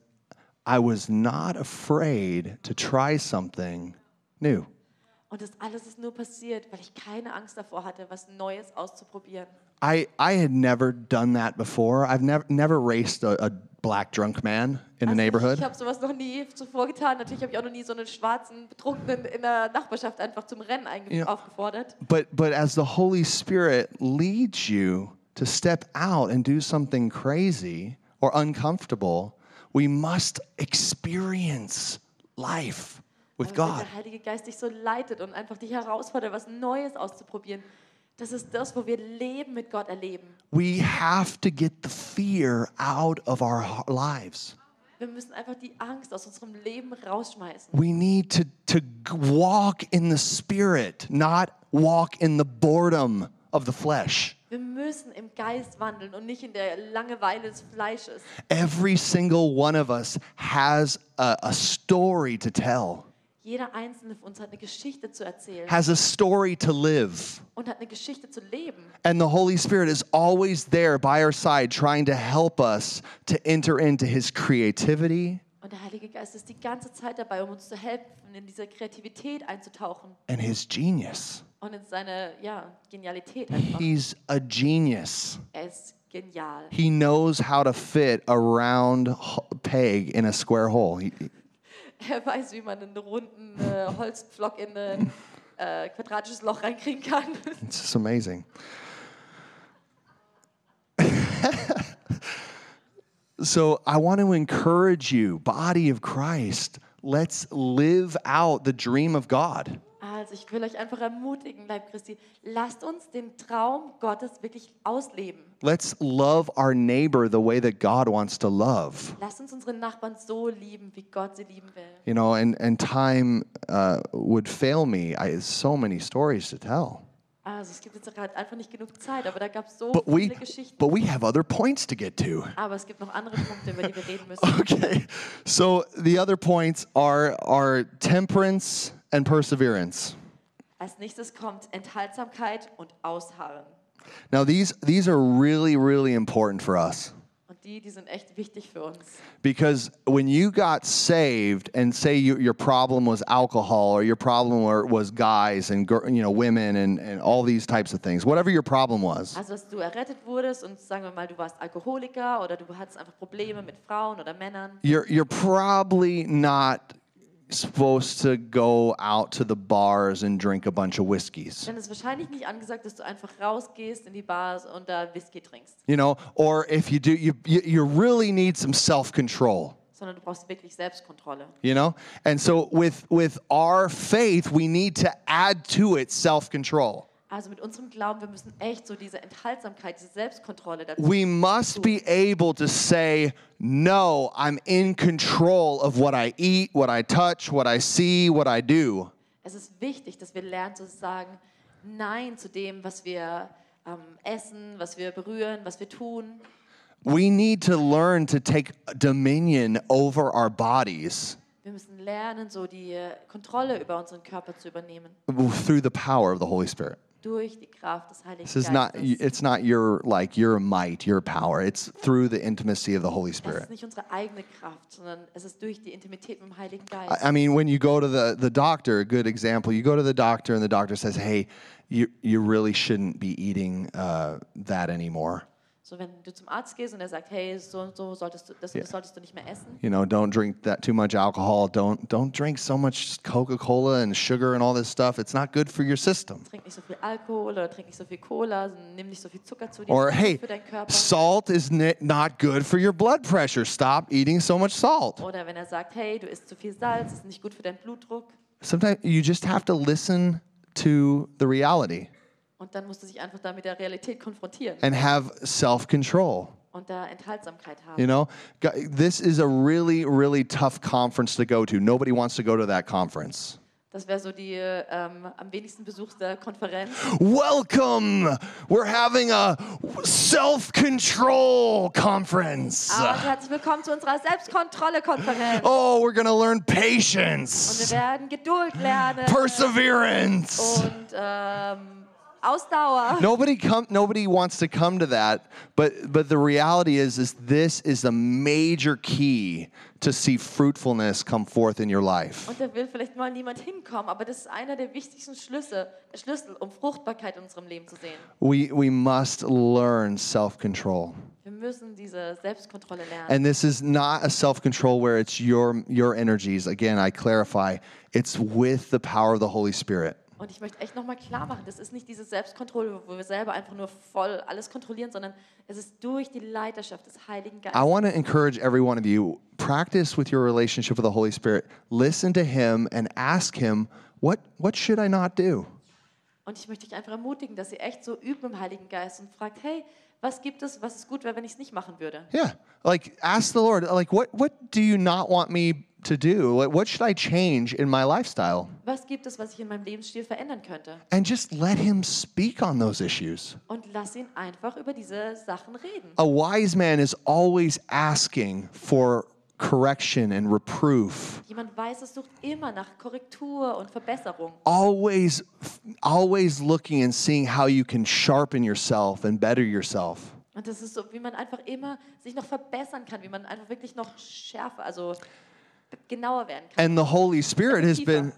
S4: I was not afraid to try something new.
S3: Und das alles ist nur passiert, weil ich keine Angst davor hatte, was Neues auszuprobieren.
S4: I, I had never done that before. I've never never raced a, a black drunk man in the
S3: Also
S4: neighborhood.
S3: Ich habe sowas noch nie zuvor getan. Natürlich habe ich auch noch nie so einen schwarzen Betrunkenen in der Nachbarschaft einfach zum Rennen einge-
S4: Ja.
S3: aufgefordert.
S4: But but as the Holy Spirit leads you to step out and do something crazy or uncomfortable, we must experience life with
S3: Aber wenn
S4: God.
S3: der Heilige Geist dich so leitet und einfach dich herausfordert, was Neues auszuprobieren, das ist das, wo wir Leben mit Gott erleben.
S4: We have to get the fear out of our h- lives.
S3: Wir müssen einfach die Angst aus unserem Leben rausschmeißen.
S4: We need to to g- walk in the spirit, not walk in the boredom of the flesh.
S3: Wir müssen im Geist wandeln und nicht in der Langeweile des Fleisches.
S4: Every single one of us has a, a story to tell.
S3: Jeder einzelne von uns hat eine Geschichte zu erzählen
S4: has a story to live.
S3: und hat eine Geschichte zu leben.
S4: And the Holy Spirit is always there by our side, trying to help us to enter into His creativity
S3: Und der Heilige Geist ist die ganze Zeit dabei, um uns zu helfen, in diese Kreativität einzutauchen
S4: and His genius.
S3: und in seine ja, Genialität einfach.
S4: He's a genius.
S3: Er ist genial.
S4: He knows how to fit a round h- peg in a square hole. He-
S3: Er weiß, wie man einen runden äh, Holzpflock in ein äh, quadratisches Loch reinkriegen kann.
S4: It's just amazing. so I want to encourage you, body of Christ, let's live out the dream of God.
S3: Also ich will euch einfach ermutigen, Leib Christi, lasst uns den Traum Gottes wirklich ausleben.
S4: Let's love our neighbor the way that God wants to love.
S3: Lasst uns unsere Nachbarn so lieben, wie Gott sie lieben will.
S4: You know, and, and time uh, would fail me. I so many stories to tell.
S3: Also es gibt jetzt gerade einfach nicht genug Zeit, aber da gab es so
S4: But we
S3: viele Geschichten.
S4: but we have other points to get to.
S3: Aber es gibt noch andere Punkte, über die wir reden müssen.
S4: Okay. So the other points are are temperance and perseverance.
S3: Als nächstes kommt Enthaltsamkeit und Ausharren.
S4: Now these these are really really important for us
S3: Und die, die sind echt wichtig für uns.
S4: because when you got saved and say you, your problem was alcohol or your problem were, was guys and gir- you know women and, and all these types of things, whatever your problem was,
S3: Also, dass du errettet wurdest und sagen wir mal, du warst Alkoholiker oder du hattest einfach Probleme mit Frauen oder Männern,
S4: you're you're probably not supposed to go out to the bars and drink a bunch of whiskeys.
S3: dann ist wahrscheinlich nicht angesagt, dass du einfach rausgehst in die Bars und da Whisky trinkst,
S4: you know or if you do you you, you really need some self-control
S3: sondern du brauchst wirklich Selbstkontrolle.
S4: you know and so with with our faith we need to add to it self-control
S3: Also mit unserem Glauben, wir müssen echt so diese Enthaltsamkeit, diese Selbstkontrolle dazu.
S4: we must be able to say no i'm in control of what i eat what i touch what i see what i do
S3: Es ist wichtig, dass wir lernen zu sagen Nein zu dem, was wir ähm, essen, was wir berühren, was wir tun.
S4: we need to learn to take dominion over our bodies
S3: Wir müssen lernen, so die äh, Kontrolle über unseren Körper zu übernehmen
S4: through the power of the holy spirit
S3: durch die Kraft des Heiligen
S4: This is
S3: Geistes.
S4: not it's not your like your might, your power. It's through the intimacy of the Holy
S3: Das ist
S4: Spirit.
S3: nicht unsere eigene Kraft, sondern es ist durch die Intimität mit dem Heiligen Geist.
S4: I, I mean, when you go to the, the doctor, a good example, you go to the doctor and the doctor says, Hey, you you really shouldn't be eating uh, that anymore.
S3: So wenn du zum Arzt gehst und er sagt, hey, so und so solltest du, das, und das solltest du nicht mehr essen,
S4: You know, don't drink that too much alcohol. Don't don't drink so much Coca-Cola and sugar and all this stuff. It's not good for your system.
S3: trink nicht so viel Alkohol oder trink nicht so viel Cola, nimm nicht so viel Zucker zu dir
S4: Or
S3: das ist
S4: hey,
S3: gut für deinen Körper.
S4: salt is ni- not good for your blood pressure. Stop eating so much salt.
S3: Oder wenn er sagt, hey, du isst zu viel Salz, ist nicht gut für deinen Blutdruck.
S4: Sometimes you just have to listen to the reality.
S3: Und dann musst du dich einfach da mit der Realität konfrontieren
S4: and have self control.
S3: und da Enthaltsamkeit haben.
S4: You know, Gu- this is a really, really tough conference to go to. Nobody wants to go to that conference.
S3: Das wäre so die ähm, am wenigsten besuchte Konferenz.
S4: Welcome! We're having a self control conference.
S3: Aber herzlich willkommen zu unserer Selbstkontrolle-Konferenz.
S4: Oh, we're gonna learn
S3: Und wir
S4: patience,
S3: werden Geduld lernen
S4: perseverance.
S3: und ähm, Ausdauer.
S4: Nobody come, nobody wants to come to that, but but the reality is is this is the major key to see fruitfulness come forth in your life.
S3: Und da will vielleicht mal niemand hinkommen, aber das ist einer der wichtigsten Schlüsse, Schlüssel, um Fruchtbarkeit in unserem Leben zu sehen.
S4: We, we must learn self control.
S3: Wir müssen diese Selbstkontrolle lernen.
S4: And this is not a self control where it's your, your energies. Again, I clarify, it's with the power of the Holy Spirit.
S3: Und ich möchte echt nochmal klar machen, das ist nicht diese Selbstkontrolle, wo wir selber einfach nur voll alles kontrollieren, sondern es ist durch die Leiterschaft des Heiligen
S4: I
S3: Geistes.
S4: want to encourage every one of you practice with your relationship with the Holy Spirit. Listen to Him and ask Him, what, what should I not do?
S3: Und ich möchte dich einfach ermutigen, dass ihr echt so übt mit dem Heiligen Geist und fragt, hey, was gibt es, was es gut wäre, wenn ich es nicht machen würde?
S4: Yeah. Like, ask the Lord, like, what, what do you not want me to do? What, what should I change in my lifestyle?
S3: Was gibt es, was ich in meinem Lebensstil verändern könnte?
S4: And just let Him speak on those issues.
S3: Und lass ihn einfach über diese Sachen reden.
S4: A wise man is always asking for correction and reproof.
S3: Jemand Weißes sucht immer nach Korrektur und Verbesserung.
S4: Always, always looking and seeing how you can sharpen yourself and better yourself.
S3: Und das ist so, wie man einfach immer sich noch verbessern kann, wie man einfach wirklich noch schärfer, also genauer werden kann.
S4: And the Holy Spirit has
S3: Tiefer.
S4: been,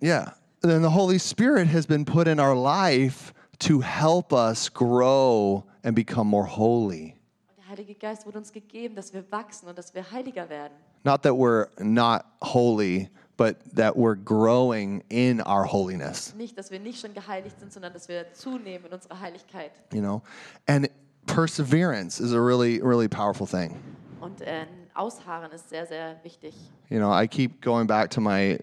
S4: yeah, then the Holy Spirit has been put in our life to help us grow and become more holy.
S3: Und der Heilige Geist wurde uns gegeben, dass wir wachsen und dass wir heiliger werden.
S4: Not that we're not holy, but that we're growing in our holiness,
S3: Nicht, dass wir nicht schon geheiligt sind, sondern dass wir zunehmen in unserer Heiligkeit.
S4: you know? And perseverance is a really, really powerful thing.
S3: Und äh, Ausharren ist sehr, sehr wichtig.
S4: You know, I keep going back to my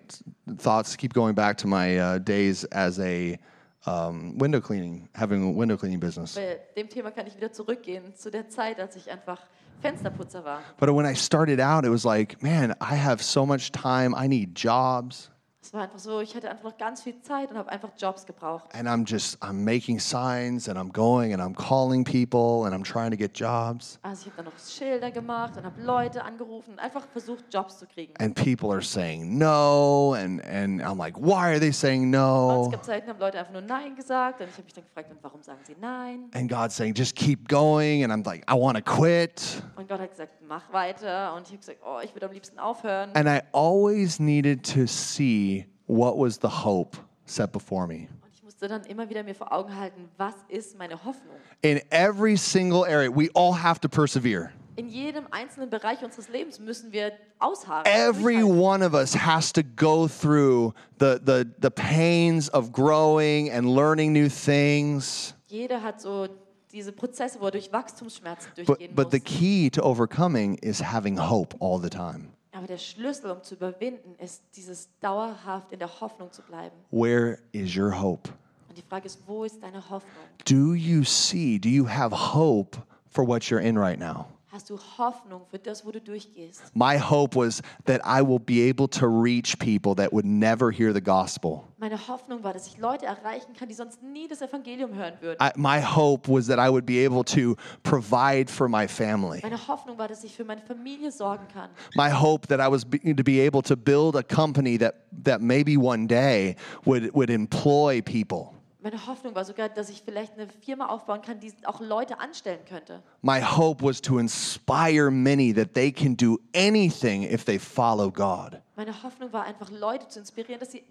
S4: thoughts, keep going back to my uh, days as a um, window cleaning, having a window cleaning business.
S3: Bei dem Thema kann ich wieder zurückgehen zu der Zeit, als ich einfach Fensterputzer war.
S4: But when I started out, it was like, man, I have so much time. I need jobs.
S3: Es war einfach so, ich hatte einfach noch ganz viel Zeit und habe einfach Jobs gebraucht.
S4: And I'm just, I'm making signs and I'm going and I'm calling people and I'm trying to get jobs.
S3: Also ich habe dann noch Schilder gemacht und habe Leute angerufen und einfach versucht, Jobs zu kriegen.
S4: And people are saying no. And, and I'm like, why are they saying
S3: Und es
S4: no?
S3: gab Zeiten, haben Leute einfach nur Nein gesagt. Und ich habe mich dann gefragt, und warum sagen sie Nein?
S4: And God's saying, just keep going. And I'm like, I want to quit.
S3: Und Gott hat gesagt, mach weiter. Und ich habe gesagt, oh, ich würde am liebsten aufhören.
S4: And I always needed to see what was the hope set before me.
S3: Und ich musste dann immer wieder mir vor Augen halten, was ist meine Hoffnung?
S4: In every single area, we all have to persevere.
S3: In jedem einzelnen Bereich unseres Lebens müssen wir ausharren.
S4: every
S3: durchhalten.
S4: one of us has to go through the, the, the pains of growing and learning new things.
S3: Jeder hat so diese Prozesse, wo er durch Wachstumsschmerzen durchgehen
S4: But, but the
S3: muss.
S4: key to overcoming is having hope all the time.
S3: Aber der Schlüssel, um zu überwinden, ist, dieses dauerhaft in der Hoffnung zu bleiben.
S4: Where is your hope?
S3: Und die Frage ist, wo ist deine Hoffnung?
S4: Do you see, do you have hope for what you're in right now?
S3: Hast du Hoffnung für das, wo du durchgehst?
S4: My hope was that I will be able to reach people that would never hear the gospel.
S3: Meine Hoffnung war, dass ich Leute erreichen kann, die sonst nie das Evangelium hören würden.
S4: I, my hope was that I would be able to provide for my family.
S3: Meine Hoffnung war, dass ich für meine Familie sorgen kann.
S4: my hope that I was be, to be able to build a company that, that maybe one day would, would employ people.
S3: Meine Hoffnung war sogar, dass ich vielleicht eine Firma aufbauen kann, die auch Leute anstellen könnte.
S4: My hope was to inspire many that they can do anything if they follow God.
S3: Meine Hoffnung war einfach, Leute zu inspirieren, dass sie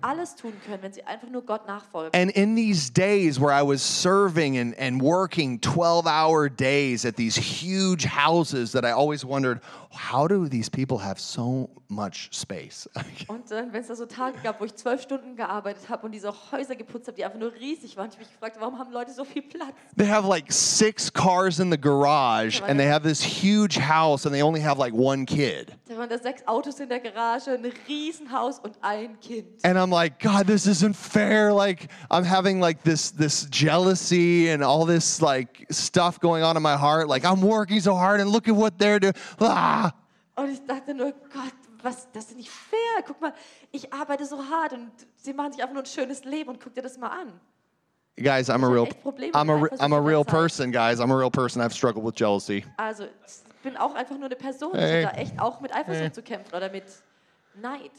S3: alles tun können, wenn sie einfach nur Gott nachfolgen.
S4: And in these days where I was serving and, and working 12 hour days at these huge houses, that I always wondered, how do these people have so much space?
S3: Und dann, wenn es da so Tage gab, wo ich zwölf Stunden gearbeitet habe und diese Häuser geputzt habe, die einfach nur riesig waren, ich mich gefragt, warum haben Leute so viel Platz?
S4: They have like six cars in the garage and they have this huge house and they only have like one kid.
S3: Da waren da sechs Autos in der Garage, ein Riesenhaus und ein Kind.
S4: And I'm like, God, this isn't fair. Like I'm having like this this jealousy and all this like stuff going on in my heart. Like I'm working so hard and look at what they're doing. Ah.
S3: Und ich dachte nur, Gott, was, das ist nicht fair. Guck mal, ich arbeite so hart und sie machen sich einfach nur ein schönes Leben und guck dir das mal an.
S4: Guys, I'm a real
S3: echt Probleme
S4: I'm a
S3: mit
S4: re-
S3: Eifersucht
S4: I'm a
S3: die
S4: real
S3: ganze Zeit.
S4: person, guys. I'm a real person. I've struggled with jealousy.
S3: Also, ich bin auch einfach nur eine Person.
S4: Hey.
S3: Ich habe da echt auch mit Eifersucht
S4: Hey.
S3: zu kämpfen oder mit Neid.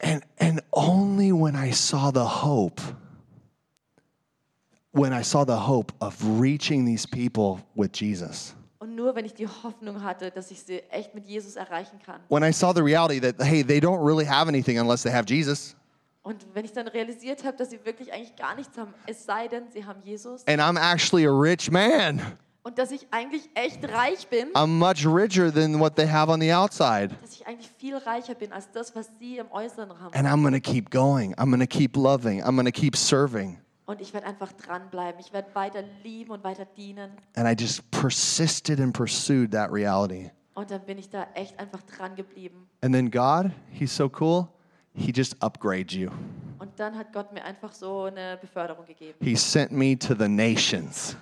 S4: And and only when I saw the hope when I saw the hope of reaching these people with Jesus.
S3: Und nur wenn ich die Hoffnung hatte, dass ich sie echt mit Jesus erreichen kann.
S4: When I saw the reality that hey, they don't really have anything unless they have Jesus.
S3: Und wenn ich dann realisiert habe, dass sie wirklich eigentlich gar nichts haben, es sei denn, sie haben Jesus.
S4: And I'm actually a rich man.
S3: Und dass ich eigentlich echt reich bin,
S4: I'm much richer than what they have on the outside.
S3: dass ich eigentlich viel reicher bin als das, was sie im Äußeren haben.
S4: And I'm going to keep going. I'm going to keep loving. I'm going to keep serving.
S3: Und ich werde einfach dranbleiben. Ich werde weiter lieben und weiter dienen.
S4: And I just persisted and pursued that reality.
S3: Und dann bin ich da echt einfach dran geblieben.
S4: And then God, He's so cool. He just upgrades you.
S3: Und dann hat Gott mir einfach so eine Beförderung gegeben.
S4: He sent me to the nations.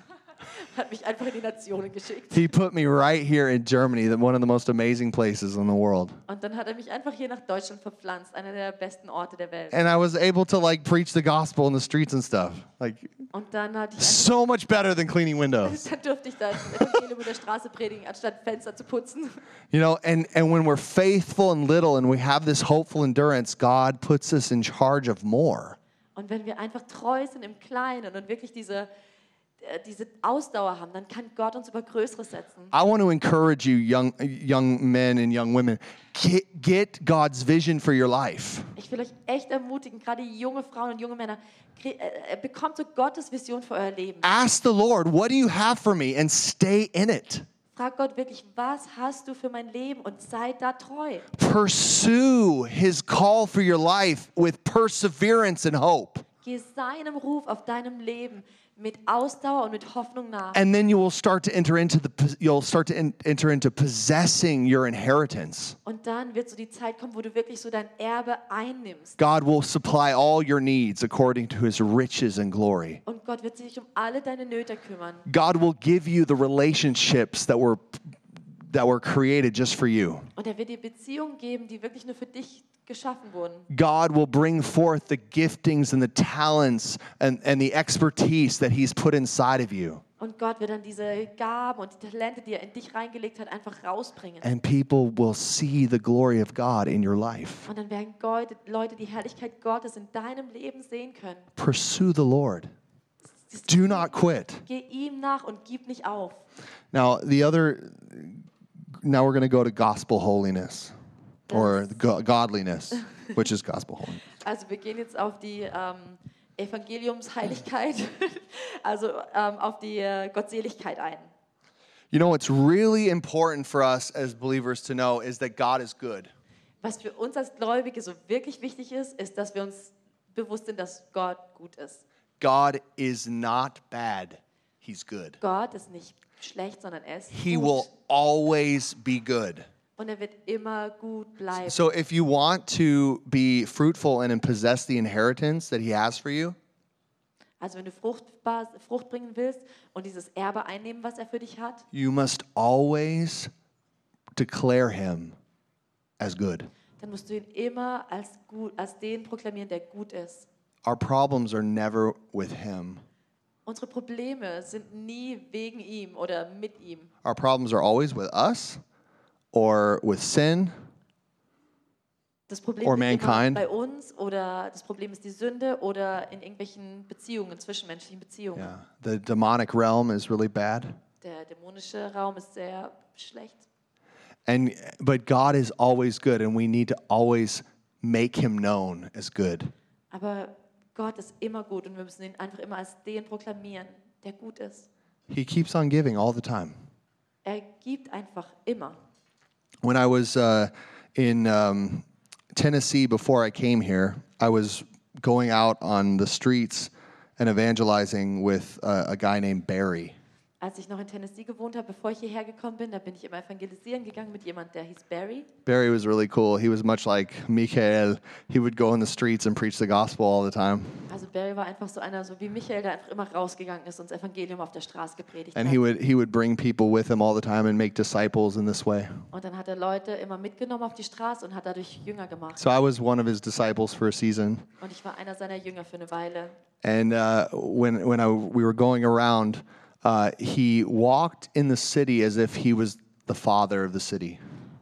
S3: Hat mich einfach in die Nationen geschickt.
S4: He put me right here in Germany, the- one of the most amazing places in the world.
S3: Und dann hat er mich einfach hier nach Deutschland
S4: Ähm.
S3: verpflanzt, einer der besten Orte der Welt.
S4: And I was able to like preach the gospel in the streets and stuff. Like,
S3: Und dann hatte ich
S4: So much better than cleaning windows.
S3: dann durfte ich da das Evangelium in der Straße predigen, anstatt Fenster zu putzen.
S4: You know, and, and when we're faithful and little and we have this hopeful endurance, God puts us in charge of more.
S3: Und wenn wir einfach treu sind im Kleinen und wirklich diese, äh, diese Ausdauer haben, dann kann Gott uns über Größeres setzen.
S4: I want to encourage you, young, young men and young women, get, get God's vision for your life.
S3: Ich will euch echt ermutigen, gerade junge Frauen und junge Männer, krie- äh, äh, bekommt so Gottes Vision für euer Leben.
S4: Ask the Lord, what do you have for me? And stay in it.
S3: Frag Gott wirklich, was hast du für mein Leben und sei da treu.
S4: Pursue his call for your life with perseverance and hope.
S3: Geh seinem Ruf auf deinem Leben mit Ausdauer und mit Hoffnung nach.
S4: And then you will start to enter into the you'll start to en- enter into possessing your inheritance.
S3: Und dann wird so die Zeit kommen, wo du wirklich so dein Erbe einnimmst.
S4: God will supply all your needs according to his riches and glory.
S3: Und Gott wird sich um alle deine Nöte kümmern.
S4: God will give you the relationships that were that were created just for you.
S3: Und er wird dir Beziehungen geben, die wirklich nur für dich geschaffen wurden.
S4: God will bring forth the giftings and the talents and, and the expertise that he's put inside of you.
S3: Und Gott wird dann diese Gaben und die Talente, die er in dich reingelegt hat, einfach rausbringen.
S4: And people will see the glory of God in your life.
S3: Und dann werden Gott- Leute die Herrlichkeit Gottes in deinem Leben sehen können.
S4: Pursue the Lord. Do not quit.
S3: Geh ihm nach und gib nicht auf.
S4: Now, the other, now we're going to go to gospel holiness or go- godliness, which is gospel holiness.
S3: Also wir gehen jetzt auf die ähm, Evangeliumsheiligkeit, also ähm, auf die äh, Gottseligkeit ein.
S4: You know, what's really important for us as believers to know is that God is good.
S3: Was für uns als Gläubige so wirklich wichtig ist, ist, dass wir uns bewusst sind, dass Gott gut ist.
S4: God is not bad, He's good.
S3: Gott ist nicht schlecht, sondern er ist
S4: He
S3: gut.
S4: will always be good.
S3: Und er wird immer gut bleiben.
S4: So if you want to be fruitful and possess the inheritance that He has for you,
S3: Also wenn du fruchtbar, Frucht bringen willst und dieses Erbe einnehmen, was er für dich hat,
S4: you must always declare Him as good.
S3: dann musst du ihn immer als, gut, als den proklamieren, der gut ist.
S4: Our problems are never with Him.
S3: Unsere Probleme sind nie wegen ihm oder mit ihm.
S4: Our problems are always with us or with sin.
S3: Das Problem
S4: Or
S3: ist immer
S4: mankind.
S3: bei uns oder das Problem ist die Sünde oder in irgendwelchen Beziehungen, zwischenmenschlichen Beziehungen.
S4: Yeah. The demonic realm is really bad.
S3: Der dämonische Raum ist sehr schlecht.
S4: And but God is always good and we need to always make him known as good.
S3: Aber Gott ist immer gut und wir müssen ihn einfach immer als den proklamieren, der gut ist.
S4: He keeps on giving all the time.
S3: Er gibt einfach immer.
S4: When I was uh, in um, Tennessee before I came here, I was going out on the streets and evangelizing with uh, a guy named Barry.
S3: Als ich noch in Tennessee gewohnt habe, bevor ich hierher gekommen bin, da bin ich immer evangelisieren gegangen mit jemand, der hieß Barry.
S4: Barry was really cool. He was much like Michael. He would go in the streets and preach the gospel all the time.
S3: Also Barry war einfach so einer, so wie Michael, der einfach immer rausgegangen ist und das Evangelium auf der Straße gepredigt
S4: And
S3: hat.
S4: he would he would bring people with him all the time and make disciples in this way.
S3: Und dann hat er Leute immer mitgenommen auf die Straße und hat dadurch Jünger gemacht.
S4: So I was one of his disciples for a season.
S3: Und ich war einer seiner Jünger für eine Weile.
S4: And uh, when when I, we were going around, uh, he walked in the city as if he was the father of the city.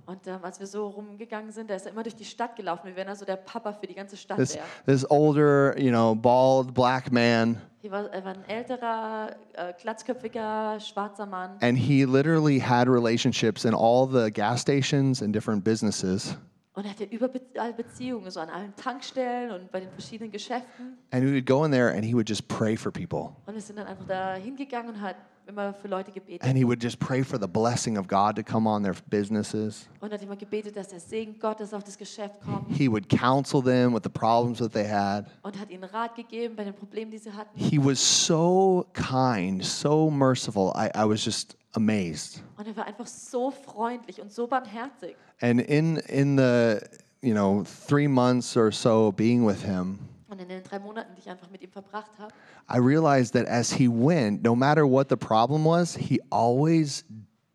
S3: Und ähm, als wir so rumgegangen sind, da ist er immer durch die Stadt gelaufen, wie wenn er so der Papa für die ganze Stadt
S4: This
S3: wäre.
S4: this older, you know, bald black man,
S3: Er war, er war ein älterer, äh, glatzköpfiger, schwarzer Mann.
S4: and he literally had relationships in all the gas stations and different businesses.
S3: Und er hatte überall Beziehungen, so an allen Tankstellen und bei den verschiedenen Geschäften.
S4: And we would go in there and he would just pray for people.
S3: Und wir sind dann einfach da hingegangen und hat immer für Leute gebetet.
S4: And he would just pray for the blessing of God to come on their businesses.
S3: Und hat immer gebetet, dass der Segen Gottes auf das Geschäft kommt.
S4: He would counsel them with the problems that they had.
S3: Und hat ihnen Rat gegeben bei den Problemen, die sie hatten.
S4: He was so kind, so merciful. I, I was just amazed.
S3: Und er war einfach so freundlich und so barmherzig.
S4: And in in the you know three months or so of being with him,
S3: Und in den drei Monaten, die ich einfach mit ihm verbracht habe,
S4: I realized that as he went, no matter what the problem was, he always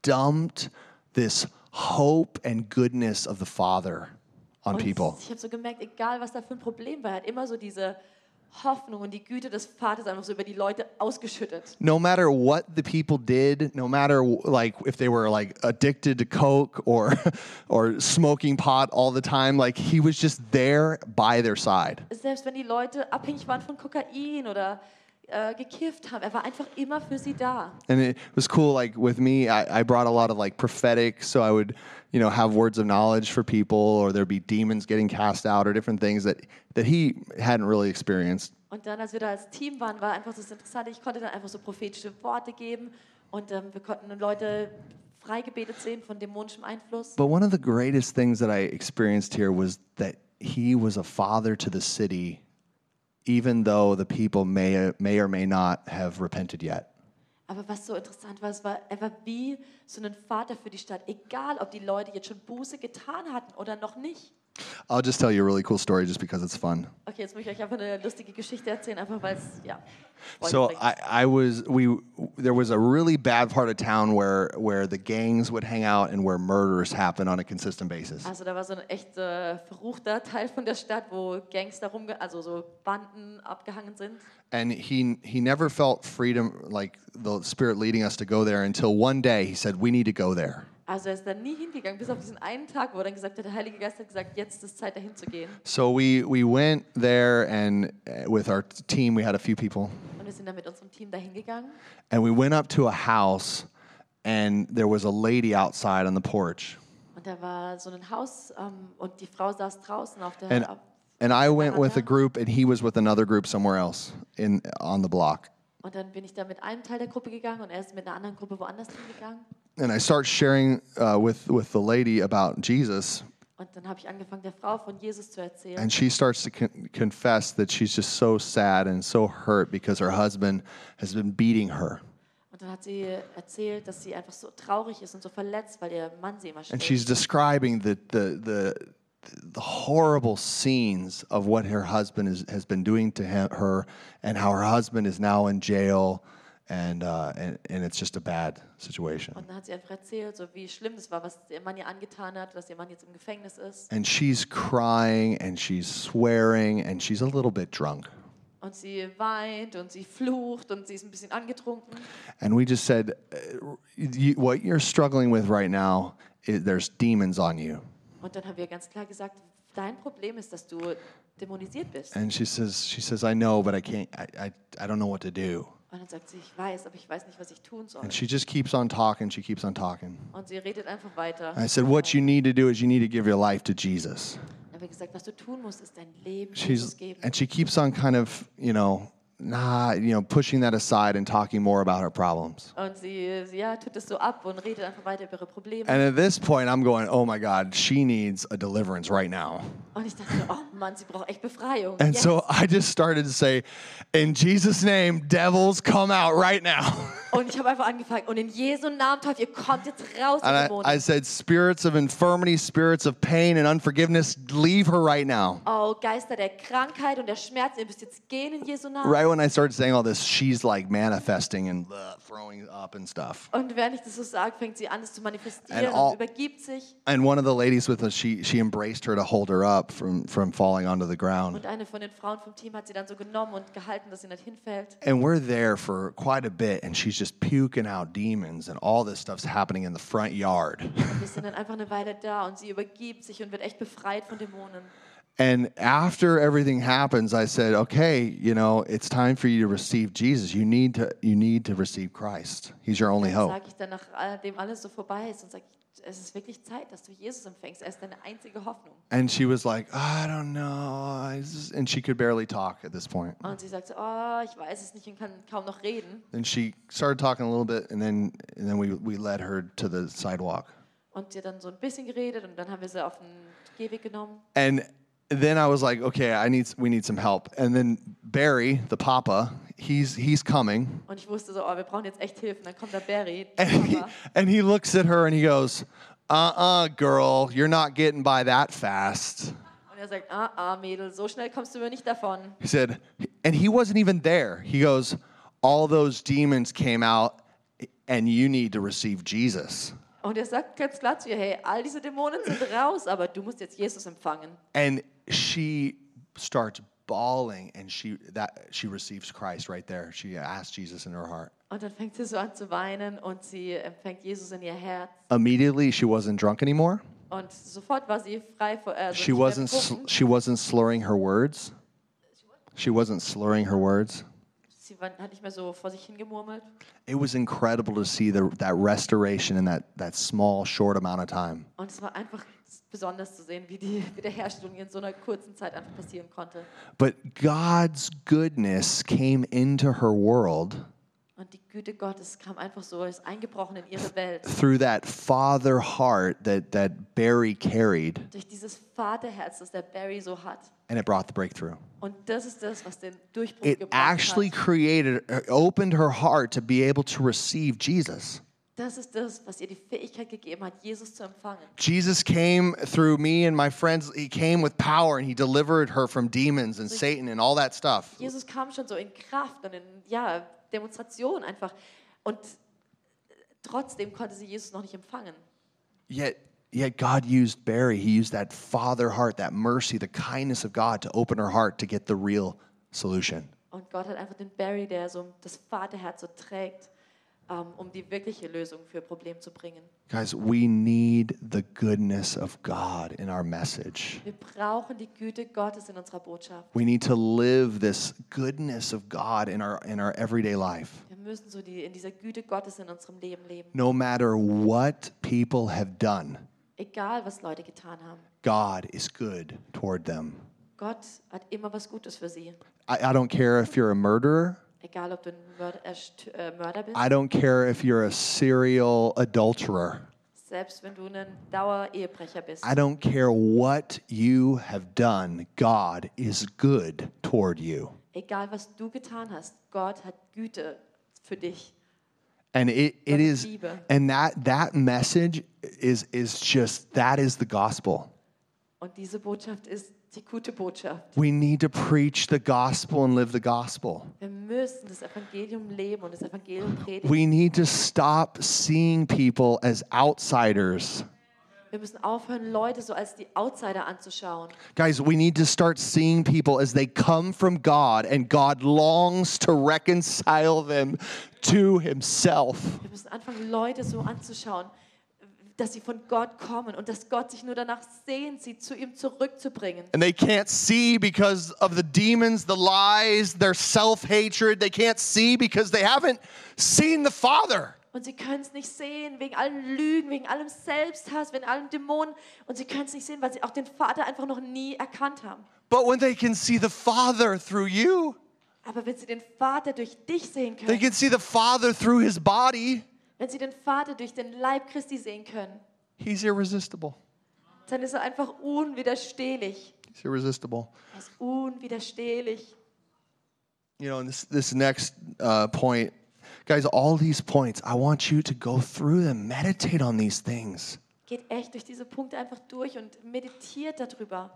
S4: dumped this hope and goodness of the Father on
S3: Und
S4: people.
S3: Ich habe so gemerkt, egal was da für ein Problem war, er hat immer so diese Hoffnung und die Güte des Vaters einfach so über die Leute ausgeschüttet.
S4: no matter what the people did, no matter like if they were like addicted to coke or or smoking pot all the time, like he was just there by their side.
S3: Selbst wenn die Leute abhängig waren von Kokain oder äh, gekifft haben, er war einfach immer für sie da.
S4: And it was cool. Like with me, I, I brought a lot of like prophetic, so I would you know have words of knowledge for people, or there'd be demons getting cast out, or different things that that he hadn't really experienced.
S3: Und dann, als wir da als Team waren, war einfach so das Interessante, ich konnte dann einfach so prophetische Worte geben und ähm, wir konnten Leute freigebetet sehen von dämonischem Einfluss.
S4: But one of the greatest things that I experienced here was that he was a father to the city, even though the people may, may or may not have repented yet.
S3: Aber was so interessant war, es war, er war wie so ein Vater für die Stadt, egal ob die Leute jetzt schon Buße getan hatten oder noch nicht.
S4: I'll just tell you a really cool story just because it's fun.
S3: Okay, jetzt möchte ich euch einfach eine lustige Geschichte erzählen, einfach weil es, ja. Freude
S4: So
S3: bringt.
S4: I, I was we there was a really bad part of town where where the gangs would hang out and where murders happen on a consistent basis.
S3: also da war so ein echt äh, verruchter Teil von der Stadt, wo Gangster rumge... also so Banden abgehangen sind.
S4: And he he never felt freedom like the spirit leading us to go there until one day he said we need to go there.
S3: Also er ist dann nie hingegangen, bis auf diesen einen Tag, wo er dann gesagt hat, der Heilige Geist hat gesagt, jetzt ist Zeit, dahin zu gehen.
S4: So we we went there and uh, with our team we had a few people
S3: Und wir sind dann mit unserem Team dahin gegangen.
S4: and we went up to a house and there was a lady outside on the porch
S3: Und da war so ein Haus ähm, und die Frau saß draußen auf der...
S4: and
S3: ab-
S4: and I went with a group and he was with another group somewhere else in on the block
S3: Und dann bin ich da mit einem Teil der Gruppe gegangen und er ist mit einer anderen Gruppe woanders hingegangen.
S4: and I start sharing uh, with with the lady about Jesus
S3: Und dann habe ich angefangen, der Frau von Jesus zu erzählen.
S4: and she starts to con- confess that she's just so sad and so hurt because her husband has been beating her
S3: Und dann hat sie erzählt, dass sie einfach so traurig ist und so verletzt, weil ihr Mann sie immer
S4: And
S3: schlägt.
S4: she's describing the, the, the, the horrible scenes of what her husband is, has been doing to him, her and how her husband is now in jail. And, uh, and, and it's just a bad situation.
S3: Und dann hat sie einfach erzählt, so wie schlimm das war, was ihr Mann ihr angetan hat, dass ihr Mann jetzt im Gefängnis ist.
S4: And she's crying and she's swearing and she's a little bit drunk.
S3: Und sie weint und sie flucht und sie ist ein bisschen angetrunken.
S4: And we just said, uh, you, What you're struggling with right now, is there's demons on you.
S3: Und dann haben wir ganz klar gesagt, dein Problem ist, dass du dämonisiert bist.
S4: And she says, she says I know, but I can't, I, I, I don't know what to do.
S3: Und dann sagt sie, ich weiß, aber ich weiß nicht, was ich tun soll.
S4: And she just keeps on talking, she keeps on talking.
S3: Und sie redet einfach weiter.
S4: I said, What you need to do is you need to give your life to Jesus.
S3: Dann haben wir gesagt, was du tun musst, ist dein Leben Jesus
S4: She's,
S3: geben.
S4: and she keeps on kind of, you know, nah, you know, pushing that aside and talking more about her problems.
S3: Und sie, sie ja, tut es so ab und redet einfach weiter über ihre Probleme.
S4: And at this point, I'm going, Oh my God, she needs a deliverance right now.
S3: Und ich dachte, oh Mann, sie braucht echt Befreiung.
S4: And
S3: Yes.
S4: so I just started to say, In Jesus' name, devils come out right now.
S3: und ich habe einfach angefangen. Und in Jesu Namen, Teufel, ihr kommt jetzt raus, ihr
S4: And I, I
S3: Dämonen.
S4: said, Spirits of infirmity, spirits of pain and unforgiveness, leave her right now.
S3: Oh, Geister der Krankheit und der Schmerzen, ihr müsst jetzt gehen in Jesu Namen.
S4: Right when I started saying all this, she's like manifesting and uh, throwing up and stuff.
S3: Und während ich das so sage, fängt sie an, es zu manifestieren
S4: And all-
S3: und übergibt sich.
S4: and one of the ladies with us, she she embraced her to hold her up from from falling onto the ground.
S3: Und eine von den Frauen vom Team hat sie dann so genommen und gehalten, dass sie nicht hinfällt.
S4: And we're there for quite a bit, and she's just puking out demons, and all this stuff's happening in the front yard.
S3: Und wir sind dann einfach eine Weile da und sie übergibt sich und wird echt befreit von Dämonen.
S4: And after everything happens, I said, "Okay, you know, it's time for you to receive Jesus. You need to you need to receive Christ. He's your only
S3: Dann
S4: hope."
S3: sage ich dann, nachdem alles so vorbei ist, und sage ich, es ist wirklich Zeit, dass du Jesus empfängst. Er ist deine einzige Hoffnung.
S4: And she was like, "I don't know," I just- and she could barely talk at this point.
S3: Und sie sagt so, oh, ich weiß es nicht und kann kaum noch reden.
S4: Then she started talking a little bit, and then and then we we led her to the sidewalk.
S3: Und sie hat dann so ein bisschen geredet und dann haben wir sie auf den Gehweg genommen.
S4: And then I was like, okay, I need we need some help. And then Barry, the papa, he's he's coming.
S3: Und ich wusste so, oh, wir brauchen jetzt echt Hilfe. Und dann kommt der Barry, der
S4: And he,
S3: Papa.
S4: and he looks at her and he goes, "Uh-uh, girl, you're not getting by that fast."
S3: Und er sagt, ah, ah, Mädel, so schnell kommst du mir nicht davon.
S4: He said, and he wasn't even there. He goes, "All those demons came out and you need to receive Jesus."
S3: Und er sagt ganz klar zu ihr, hey, all diese Dämonen sind raus, aber du musst jetzt Jesus empfangen.
S4: And she starts bawling, and she that she receives Christ right there. She asked Jesus in her heart.
S3: Und dann fängt sie so an zu weinen und sie empfängt Jesus in ihr Herz.
S4: Immediately, she wasn't drunk anymore.
S3: Und sofort war sie frei vor. Also
S4: She
S3: nicht mehr
S4: wasn't sl-
S3: betrunken.
S4: she wasn't slurring her words. She wasn't slurring her words.
S3: Sie war, hat nicht mehr so vor sich hingemurmelt.
S4: It was incredible to see the, that restoration in that, that small, short amount of time.
S3: Und es war einfach besonders zu sehen, wie die Wiederherstellung in so einer kurzen Zeit einfach passieren konnte.
S4: But God's goodness came into her world
S3: Und die Güte Gottes kam einfach so, ist eingebrochen in ihre Welt.
S4: through that father heart that, that Barry carried,
S3: Durch dieses Vaterherz, das der Barry so hat.
S4: and it brought the breakthrough.
S3: Und das ist das, was den Durchbruch
S4: It
S3: gebracht
S4: actually
S3: hat.
S4: created, uh, opened her heart to be able to receive Jesus.
S3: Das ist das, was ihr die Fähigkeit gegeben hat, Jesus zu empfangen.
S4: Jesus came through me and my friends. He came with power and he delivered her from demons and Satan and all that stuff.
S3: Jesus kam schon so in Kraft und in ja, Demonstration einfach. Und trotzdem konnte sie Jesus noch nicht empfangen.
S4: Yet, yet God used Barry. He used that father heart, that mercy, the kindness of God to open her heart to get the real solution.
S3: Und Gott hat einfach den Barry, der so das Vaterherz so trägt, ähm, um die wirkliche Lösung für ihr Problem zu bringen.
S4: Guys, we need the goodness of God in our message.
S3: Wir brauchen die Güte Gottes in unserer Botschaft.
S4: We need to live this goodness of God in our in our everyday life.
S3: Wir müssen so die, in dieser Güte Gottes in unserem Leben leben.
S4: No matter what people have done,
S3: Egal, was Leute getan haben.
S4: God is good toward them.
S3: Gott hat immer was Gutes für sie.
S4: I, I don't care if you're a murderer.
S3: Egal, ob du ein Mörder, äh, St- äh, Mörder bist,
S4: I don't care if you're a serial adulterer.
S3: selbst wenn du ein Dauer-Ehebrecher bist.
S4: I don't care what you have done. God is good toward you.
S3: Egal, was du getan hast, Gott hat Güte für dich.
S4: And it, it
S3: Gott ist
S4: is
S3: Liebe.
S4: and that that message is is just that is the gospel.
S3: Und diese Botschaft ist die gute Botschaft.
S4: We need to preach the gospel and live the gospel.
S3: Wir müssen das Evangelium leben und das Evangelium predigen.
S4: We need to stop seeing people as outsiders.
S3: Wir müssen aufhören, Leute so als die Outsider anzuschauen.
S4: Guys, we need to start seeing people as they come from God and God longs to reconcile them to himself.
S3: Wir müssen anfangen, Leute so anzuschauen, dass sie von Gott kommen und dass Gott sich nur danach sehnt, sie zu ihm zurückzubringen.
S4: And they can't see because of the demons, the lies, their self hatred. They can't see because they haven't seen the Father.
S3: Und sie können es nicht sehen, wegen allen Lügen, wegen allem Selbsthass, wegen allen Dämonen. Und sie können es nicht sehen, weil sie auch den Vater einfach noch nie erkannt haben.
S4: But when they can see the Father through you,
S3: Aber wenn sie den Vater durch dich sehen
S4: they
S3: können,
S4: can see the Father through his body,
S3: wenn sie den Vater durch den Leib Christi sehen können,
S4: he's irresistible.
S3: dann ist er einfach unwiderstehlich.
S4: He's irresistible.
S3: Er ist unwiderstehlich.
S4: you know, and this this next uh, point, guys, all these points, I want you to go through them, meditate on these things.
S3: Geht echt durch diese Punkte einfach durch und meditiert darüber.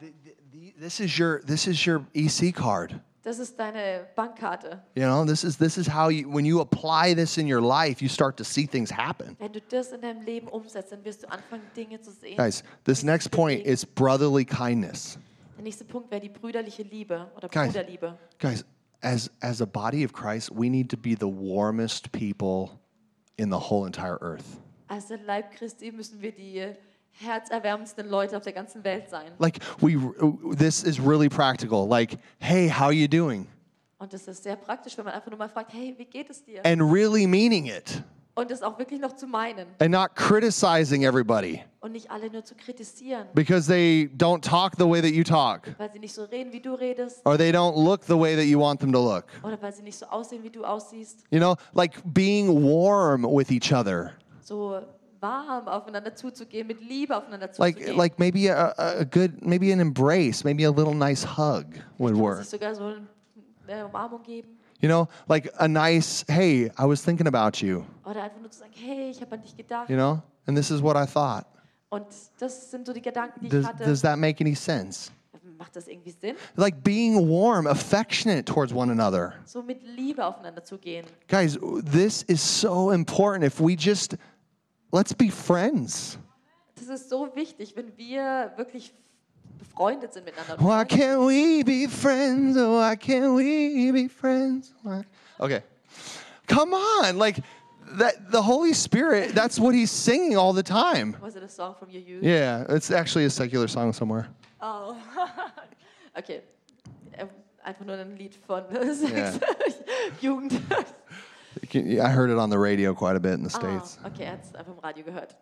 S4: This is your this is your EC card.
S3: Das ist deine Bankkarte.
S4: You know, this is this is how you when you apply this in your life, you start to see things happen.
S3: Wenn du das in deinem Leben umsetzt, dann wirst du anfangen, Dinge zu sehen.
S4: Guys, this next point is brotherly kindness.
S3: Der nächste Punkt wäre die brüderliche Liebe oder
S4: Guys.
S3: Bruderliebe.
S4: Guys, as as a body of Christ, we need to be the warmest people in the whole entire earth.
S3: Als der Leib Christi müssen wir die herzerwärmendsten Leute auf der ganzen Welt sein.
S4: Like we this is really practical. Like, hey, how you doing?
S3: Und das ist sehr praktisch, wenn man einfach nur mal fragt, hey, wie geht es dir?
S4: and really meaning it
S3: Und das auch wirklich noch zu meinen
S4: and not criticizing everybody
S3: und nicht alle nur zu kritisieren,
S4: because they don't talk the way that you talk
S3: weil sie nicht so reden, wie du redest
S4: or they don't look the way that you want them to look.
S3: oder weil sie nicht so aussehen, wie du aussiehst.
S4: You know, like being warm with each other.
S3: So warm aufeinander zuzugehen, mit Liebe aufeinander
S4: Like,
S3: zuzugehen.
S4: like maybe a, a a good, maybe an embrace, maybe a little nice hug
S3: Kann
S4: would
S3: man
S4: work.
S3: sich sogar so eine Umarmung geben
S4: You know, like a nice, hey, I was thinking about you,
S3: oder einfach nur zu sagen, hey, ich habe an dich gedacht.
S4: you know, and this is what I thought.
S3: Und das sind so die Gedanken, die ich
S4: Does,
S3: hatte.
S4: does that make any sense?
S3: Macht das irgendwie Sinn?
S4: Like being warm, affectionate towards one another.
S3: So mit Liebe aufeinander zugehen.
S4: Guys, this is so important. If we just let's be friends.
S3: Das ist so wichtig, wenn wir wirklich befreundet sind miteinander.
S4: Why can't we be friends? Oh, Why can't we be friends? Why- Okay. Come on. Like that the Holy Spirit, that's what he's singing all the time.
S3: Was it a song from your youth?
S4: Yeah, it's actually a secular song somewhere.
S3: Oh. okay. Ähm, Einfach nur ein Lied von
S4: Ja.
S3: Jugend.
S4: You can- I heard it on the radio quite a bit in the
S3: Ah,
S4: States.
S3: okay, er hat es einfach im Radio gehört.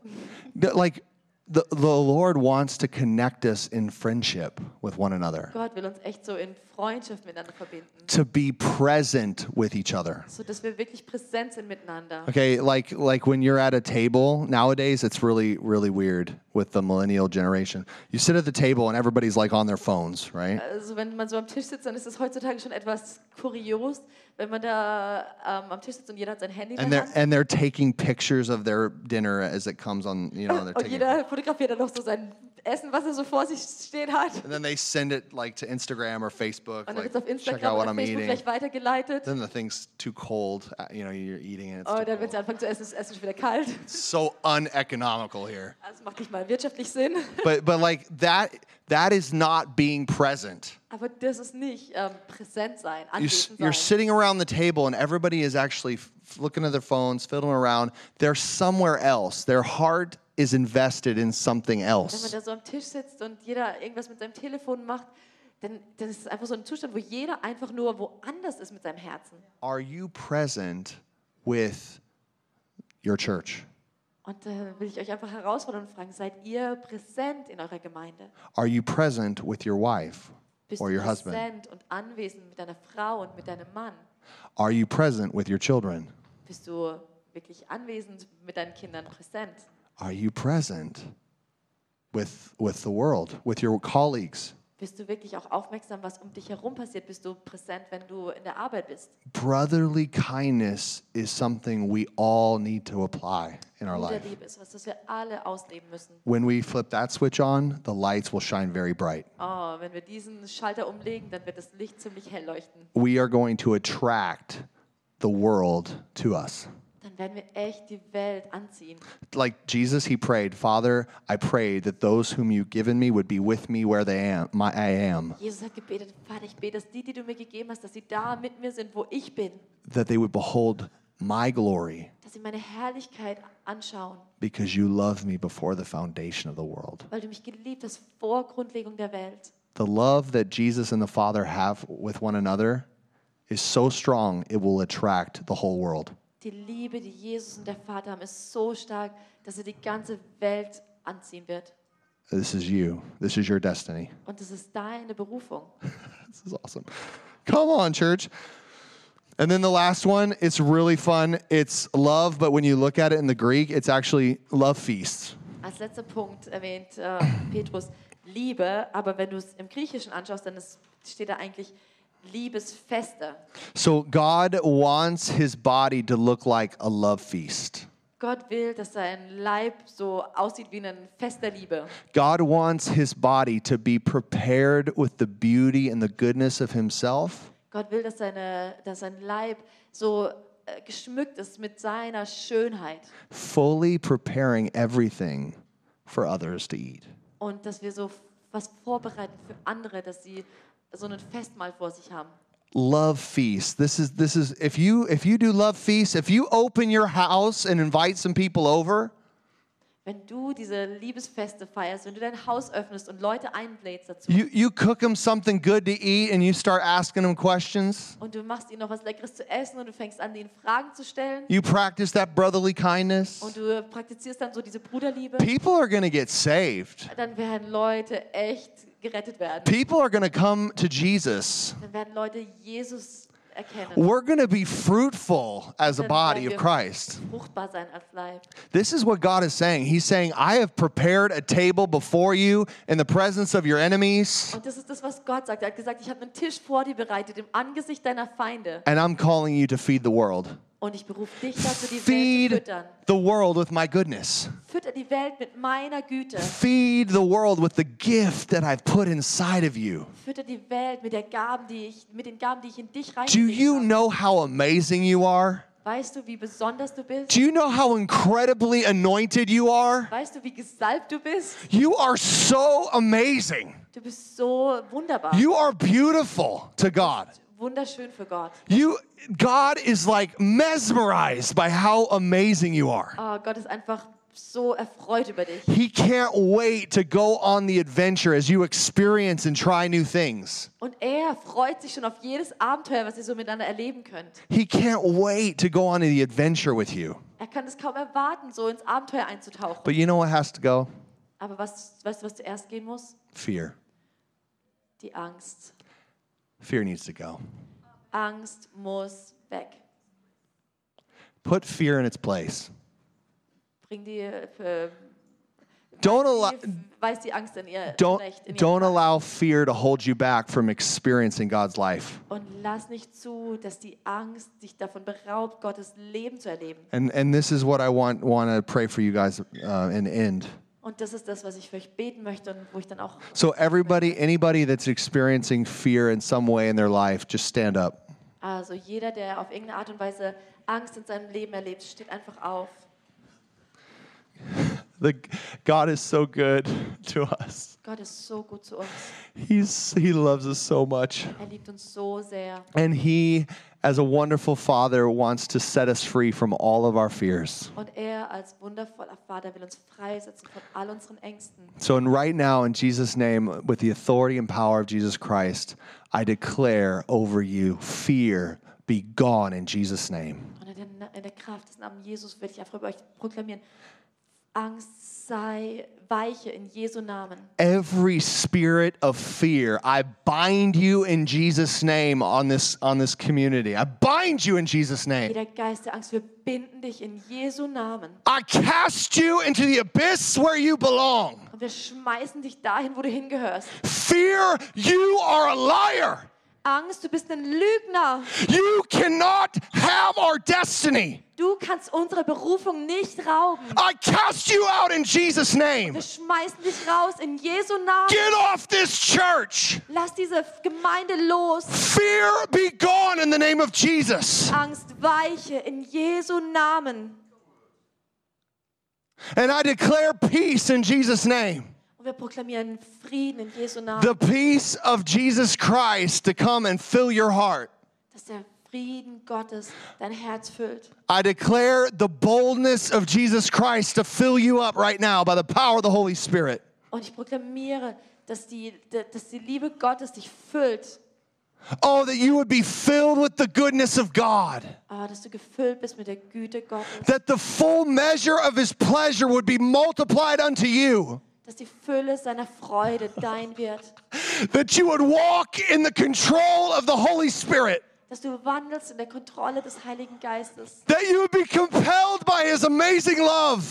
S4: That, Like the, the Lord wants to connect us in friendship with one another,
S3: Gott will uns echt so in Freundschaft miteinander verbinden.
S4: to be present with each other.
S3: So dass wir wirklich präsent sind miteinander.
S4: Okay, like like when you're at a table nowadays, it's really really weird with the millennial generation. You sit at the table and everybody's like on their phones, right?
S3: Also wenn man so am Tisch sitzt, dann ist es heutzutage schon etwas kurios, wenn man da ähm, am Tisch sitzt und jeder hat sein Handy in
S4: And
S3: der
S4: they're
S3: Hand.
S4: and they're taking pictures of their dinner as it comes on, you know. They're
S3: Und
S4: taking,
S3: jeder fotografiert dann noch so sein Essen, was er so vor sich stehen hat.
S4: and then they send it like to Instagram or Facebook,
S3: Und dann wird
S4: like
S3: es auf
S4: check
S3: Instagram
S4: out what
S3: oder
S4: I'm
S3: Facebook
S4: eating.
S3: gleich weitergeleitet.
S4: Then the thing's too cold, uh, you know. You're eating it. It's
S3: Und
S4: too
S3: dann, wenn
S4: cold.
S3: sie anfangen zu essen, ist das Essen schon wieder kalt.
S4: so uneconomical here.
S3: Also macht nicht mal wirtschaftlich Sinn.
S4: But but like that that is not being present.
S3: Aber das ist nicht ähm, präsent sein,
S4: you s-
S3: anwesend sein.
S4: you're sitting around the table and everybody is actually f- looking at their phones, fiddling around. They're somewhere else. Their heart is invested in something
S3: Wenn man
S4: else.
S3: da so am Tisch sitzt und jeder irgendwas mit seinem Telefon macht, dann das ist einfach so ein Zustand, wo jeder einfach nur woanders ist mit seinem Herzen.
S4: Are you present with your church?
S3: Und da will ich euch einfach herausfordern und fragen, seid ihr präsent in eurer Gemeinde?
S4: Are you present with your wife
S3: Bist
S4: or
S3: du
S4: your husband?
S3: präsent und anwesend mit deiner Frau und mit deinem Mann?
S4: Are you present with your children?
S3: Bist du wirklich anwesend mit deinen Kindern präsent?
S4: Are you present with, with the world, with your colleagues?
S3: Bist du wirklich auch aufmerksam, was um dich herum passiert? Bist du präsent, wenn du in der Arbeit bist?
S4: Brotherly kindness is something we all need to apply in our
S3: Bruderliebe
S4: life.
S3: Liebe ist was, das wir alle ausleben müssen.
S4: When we flip that switch on, the lights will shine very bright.
S3: Oh, wenn wir diesen Schalter umlegen, dann wird das Licht ziemlich hell leuchten.
S4: We are going to attract the world to us.
S3: Dann werden wir echt die Welt anziehen.
S4: Like Jesus, he prayed, Father, I pray that those whom you've given me would be with me where they am, my, I am,
S3: Jesus hat gebetet, Vater, ich bete, dass die, die du mir gegeben hast, dass sie da mit mir sind, wo ich bin.
S4: that they would behold my glory
S3: dass sie meine Herrlichkeit anschauen,
S4: because you loved me before the foundation of the world.
S3: weil du mich geliebt hast vor Grundlegung der Welt.
S4: The love that Jesus and the Father have with one another is so strong, it will attract the whole world.
S3: Die Liebe, die Jesus und der Vater haben, ist so stark, dass er die ganze Welt anziehen wird.
S4: This is you, this is your destiny.
S3: Und das ist deine Berufung.
S4: This is awesome. Come on, church. And then the last one, it's really fun. It's love, but when you look at it in the Greek, it's actually love feasts.
S3: Als letzter Punkt erwähnt äh, Petrus Liebe, aber wenn du es im Griechischen anschaust, dann ist, steht da eigentlich Liebesfeste.
S4: So God wants his body to look like a love feast.
S3: Gott will, dass sein Leib so aussieht wie ein Fest der Liebe.
S4: God wants his body to be prepared with the beauty and the goodness of himself
S3: Gott will, dass, seine, dass sein Leib so äh, geschmückt ist mit seiner Schönheit
S4: fully preparing everything for others to eat.
S3: und dass wir so f- was vorbereiten für andere, dass sie so ein Festmahl vor sich haben.
S4: Love feast. This is this is if you if you do love feast, if you open your house and invite some people over,
S3: Wenn du diese Liebesfeste feierst, wenn du dein Haus öffnest und Leute einlädst dazu
S4: you you cook them something good to eat and you start asking them questions.
S3: und du machst ihnen noch was Leckeres zu essen und du fängst an, ihnen Fragen zu stellen
S4: You practice that brotherly kindness.
S3: und du praktizierst dann so diese Bruderliebe,
S4: People are going to get saved.
S3: dann werden Leute echt gerettet werden.
S4: People are going to come to Jesus.
S3: Dann werden Leute Jesus erkennen,
S4: We're going to be fruitful as a body of Christ.
S3: fruchtbar sein als Leib.
S4: This is what God is saying. He's saying, "I have prepared a table before you in the presence of your enemies,
S3: Und das ist das, was Gott sagt. Er hat gesagt, ich habe einen Tisch vor dir bereitet im Angesicht deiner Feinde.
S4: and I'm calling you to feed the world.
S3: Und ich berufe dich dazu, die Welt zu
S4: Feed
S3: füttern.
S4: the world with my goodness.
S3: Fütter die Welt mit meiner Güte.
S4: Feed the world with the gift that I've put inside of you."
S3: Fütter die Welt mit, der Gaben, die ich, mit den Gaben, die ich in dich
S4: Do
S3: reingelegt
S4: you
S3: habe.
S4: know how amazing you are?
S3: Weißt du, wie besonders du bist?
S4: Do you know how incredibly anointed you are?
S3: Weißt du, wie gesalbt du bist?
S4: You are so amazing.
S3: Du bist so wunderbar,
S4: You are beautiful to God.
S3: wunderschön für Gott.
S4: You God is like mesmerized by how amazing you are.
S3: Oh, Gott ist einfach so erfreut über dich.
S4: He can't wait to go on the adventure as you experience and try new things.
S3: Und er freut sich schon auf jedes Abenteuer, was ihr so miteinander erleben könnt.
S4: He can't wait to go on the adventure with you.
S3: Er kann es kaum erwarten, so ins Abenteuer einzutauchen.
S4: But you know what has to go?
S3: Aber was, weißt du, was zuerst gehen muss?
S4: Fear.
S3: Die Angst.
S4: Fear needs to go.
S3: Angst muss weg.
S4: Put fear in its place.
S3: Bring die, äh,
S4: Don't allow
S3: weiß die Angst in ihr Recht. In ihr
S4: don't don't
S3: Recht.
S4: allow fear to hold you back from experiencing God's life.
S3: Und lass nicht zu, dass die Angst dich davon beraubt, Gottes Leben zu erleben.
S4: And and this is what I want want to pray for you guys uh, and end.
S3: Und das ist das, was ich für euch beten möchte und wo ich dann auch
S4: So everybody, anybody that's experiencing fear in some way in their life, just stand up.
S3: Also jeder, der auf irgendeine Art und Weise Angst in seinem Leben erlebt, steht einfach auf.
S4: The, God is so good to us.
S3: Gott ist so gut zu uns.
S4: He's he loves us so much,
S3: Er liebt uns so sehr.
S4: and he, as a wonderful father, wants to set us free from all of our fears.
S3: Und er als wundervoller Vater will uns freisetzen von all unseren Ängsten.
S4: So, and right now, in Jesus' name, with the authority and power of Jesus Christ, I declare over you fear be gone in Jesus' name.
S3: Und in der, in der Kraft des Namens Jesus will ich einfach über euch proklamieren. Angst sei weiche in Jesu Namen.
S4: Every spirit of fear, I bind you in Jesus' name on this on this community. I bind you in Jesus' name.
S3: Jeder Geist der Angst, wir binden dich in Jesu Namen.
S4: I cast you into the abyss where you belong.
S3: Und wir schmeißen dich dahin, wo du hingehörst.
S4: Fear, you are a liar.
S3: Angst, du bist ein Lügner.
S4: You cannot have our destiny.
S3: Du kannst unsere Berufung nicht rauben.
S4: I cast you out in Jesus' name.
S3: Wir schmeißen dich raus in Jesu Namen.
S4: Get off this church.
S3: Lass diese Gemeinde los.
S4: Fear be gone in the name of Jesus.
S3: Angst weiche in Jesu Namen.
S4: And I declare peace in Jesus' name.
S3: Und wir proklamieren Frieden in Jesu Namen,
S4: The peace of Jesus Christ to come and fill your heart.
S3: dass der Frieden Gottes dein Herz füllt.
S4: I declare the boldness of Jesus Christ to fill you up right now by the power of the Holy Spirit.
S3: Und ich proklamiere, dass die, dass die Liebe Gottes dich füllt,
S4: Oh, that you would be filled with the goodness of God.
S3: aber dass du gefüllt bist mit der Güte Gottes,
S4: that the full measure of his pleasure would be multiplied unto you,
S3: dass die Fülle seiner Freude dein wird,
S4: that you would walk in the control of the Holy Spirit,
S3: dass du wandelst in der Kontrolle des Heiligen Geistes,
S4: that you would be compelled by his amazing love.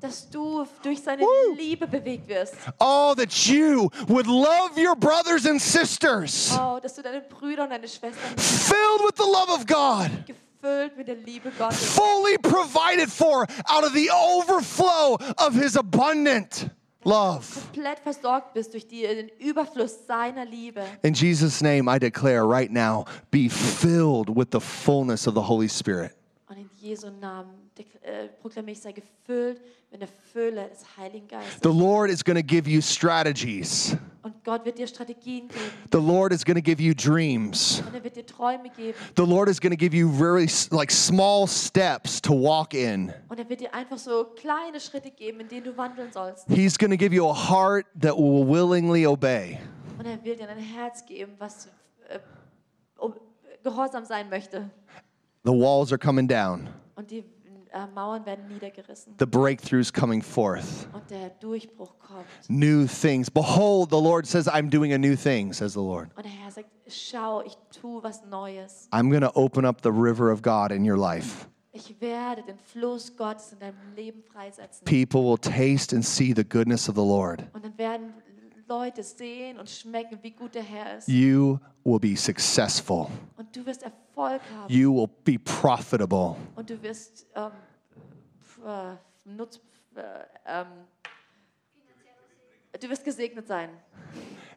S3: dass du durch seine Liebe bewegt wirst.
S4: Oh, that you would love your brothers and sisters,
S3: Oh, dass du deine Brüder und deine Schwestern
S4: filled with the love of God,
S3: gefüllt mit der Liebe Gottes,
S4: fully provided for out of the overflow of his abundant love.
S3: komplett versorgt bist durch die, den Überfluss seiner Liebe.
S4: In Jesus' name, I declare right now be filled with the fullness of the Holy Spirit.
S3: Und in Jesu Namen dek- äh, proklamiere ich, sei gefüllt mit der Fülle des Heiligen Geistes.
S4: The Lord is going to give you strategies.
S3: Und Gott wird dir Strategien geben.
S4: The Lord is going to give you dreams.
S3: Und er wird dir Träume geben.
S4: The Lord is going to give you very s- like small steps to walk in.
S3: Und er wird dir einfach so kleine Schritte geben, in denen du wandeln sollst.
S4: He's going to give you a heart that will willingly obey.
S3: Und er wird dir ein Herz geben, was äh, um, gehorsam sein möchte.
S4: The walls are coming down.
S3: Und die äh, Mauern werden niedergerissen.
S4: The breakthroughs coming forth.
S3: Und der Durchbruch kommt.
S4: New things. Behold, the Lord says, I'm doing a new thing, says the Lord.
S3: Und der Herr sagt, schau, ich tue was Neues.
S4: I'm going to open up the river of God in your life.
S3: Ich werde den Fluss Gottes in deinem Leben freisetzen.
S4: People will taste and see the goodness of the Lord.
S3: Und dann werden Leute sehen und schmecken, wie gut der Herr ist.
S4: You will be successful.
S3: Und du wirst Erfolg haben.
S4: You will be profitable.
S3: Und du wirst ähm, f- äh, nutz, äh, ähm, du wirst gesegnet sein.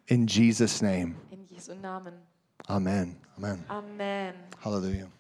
S4: In Jesus' name,
S3: In Jesu Namen.
S4: amen. Amen.
S3: Amen.
S4: Hallelujah.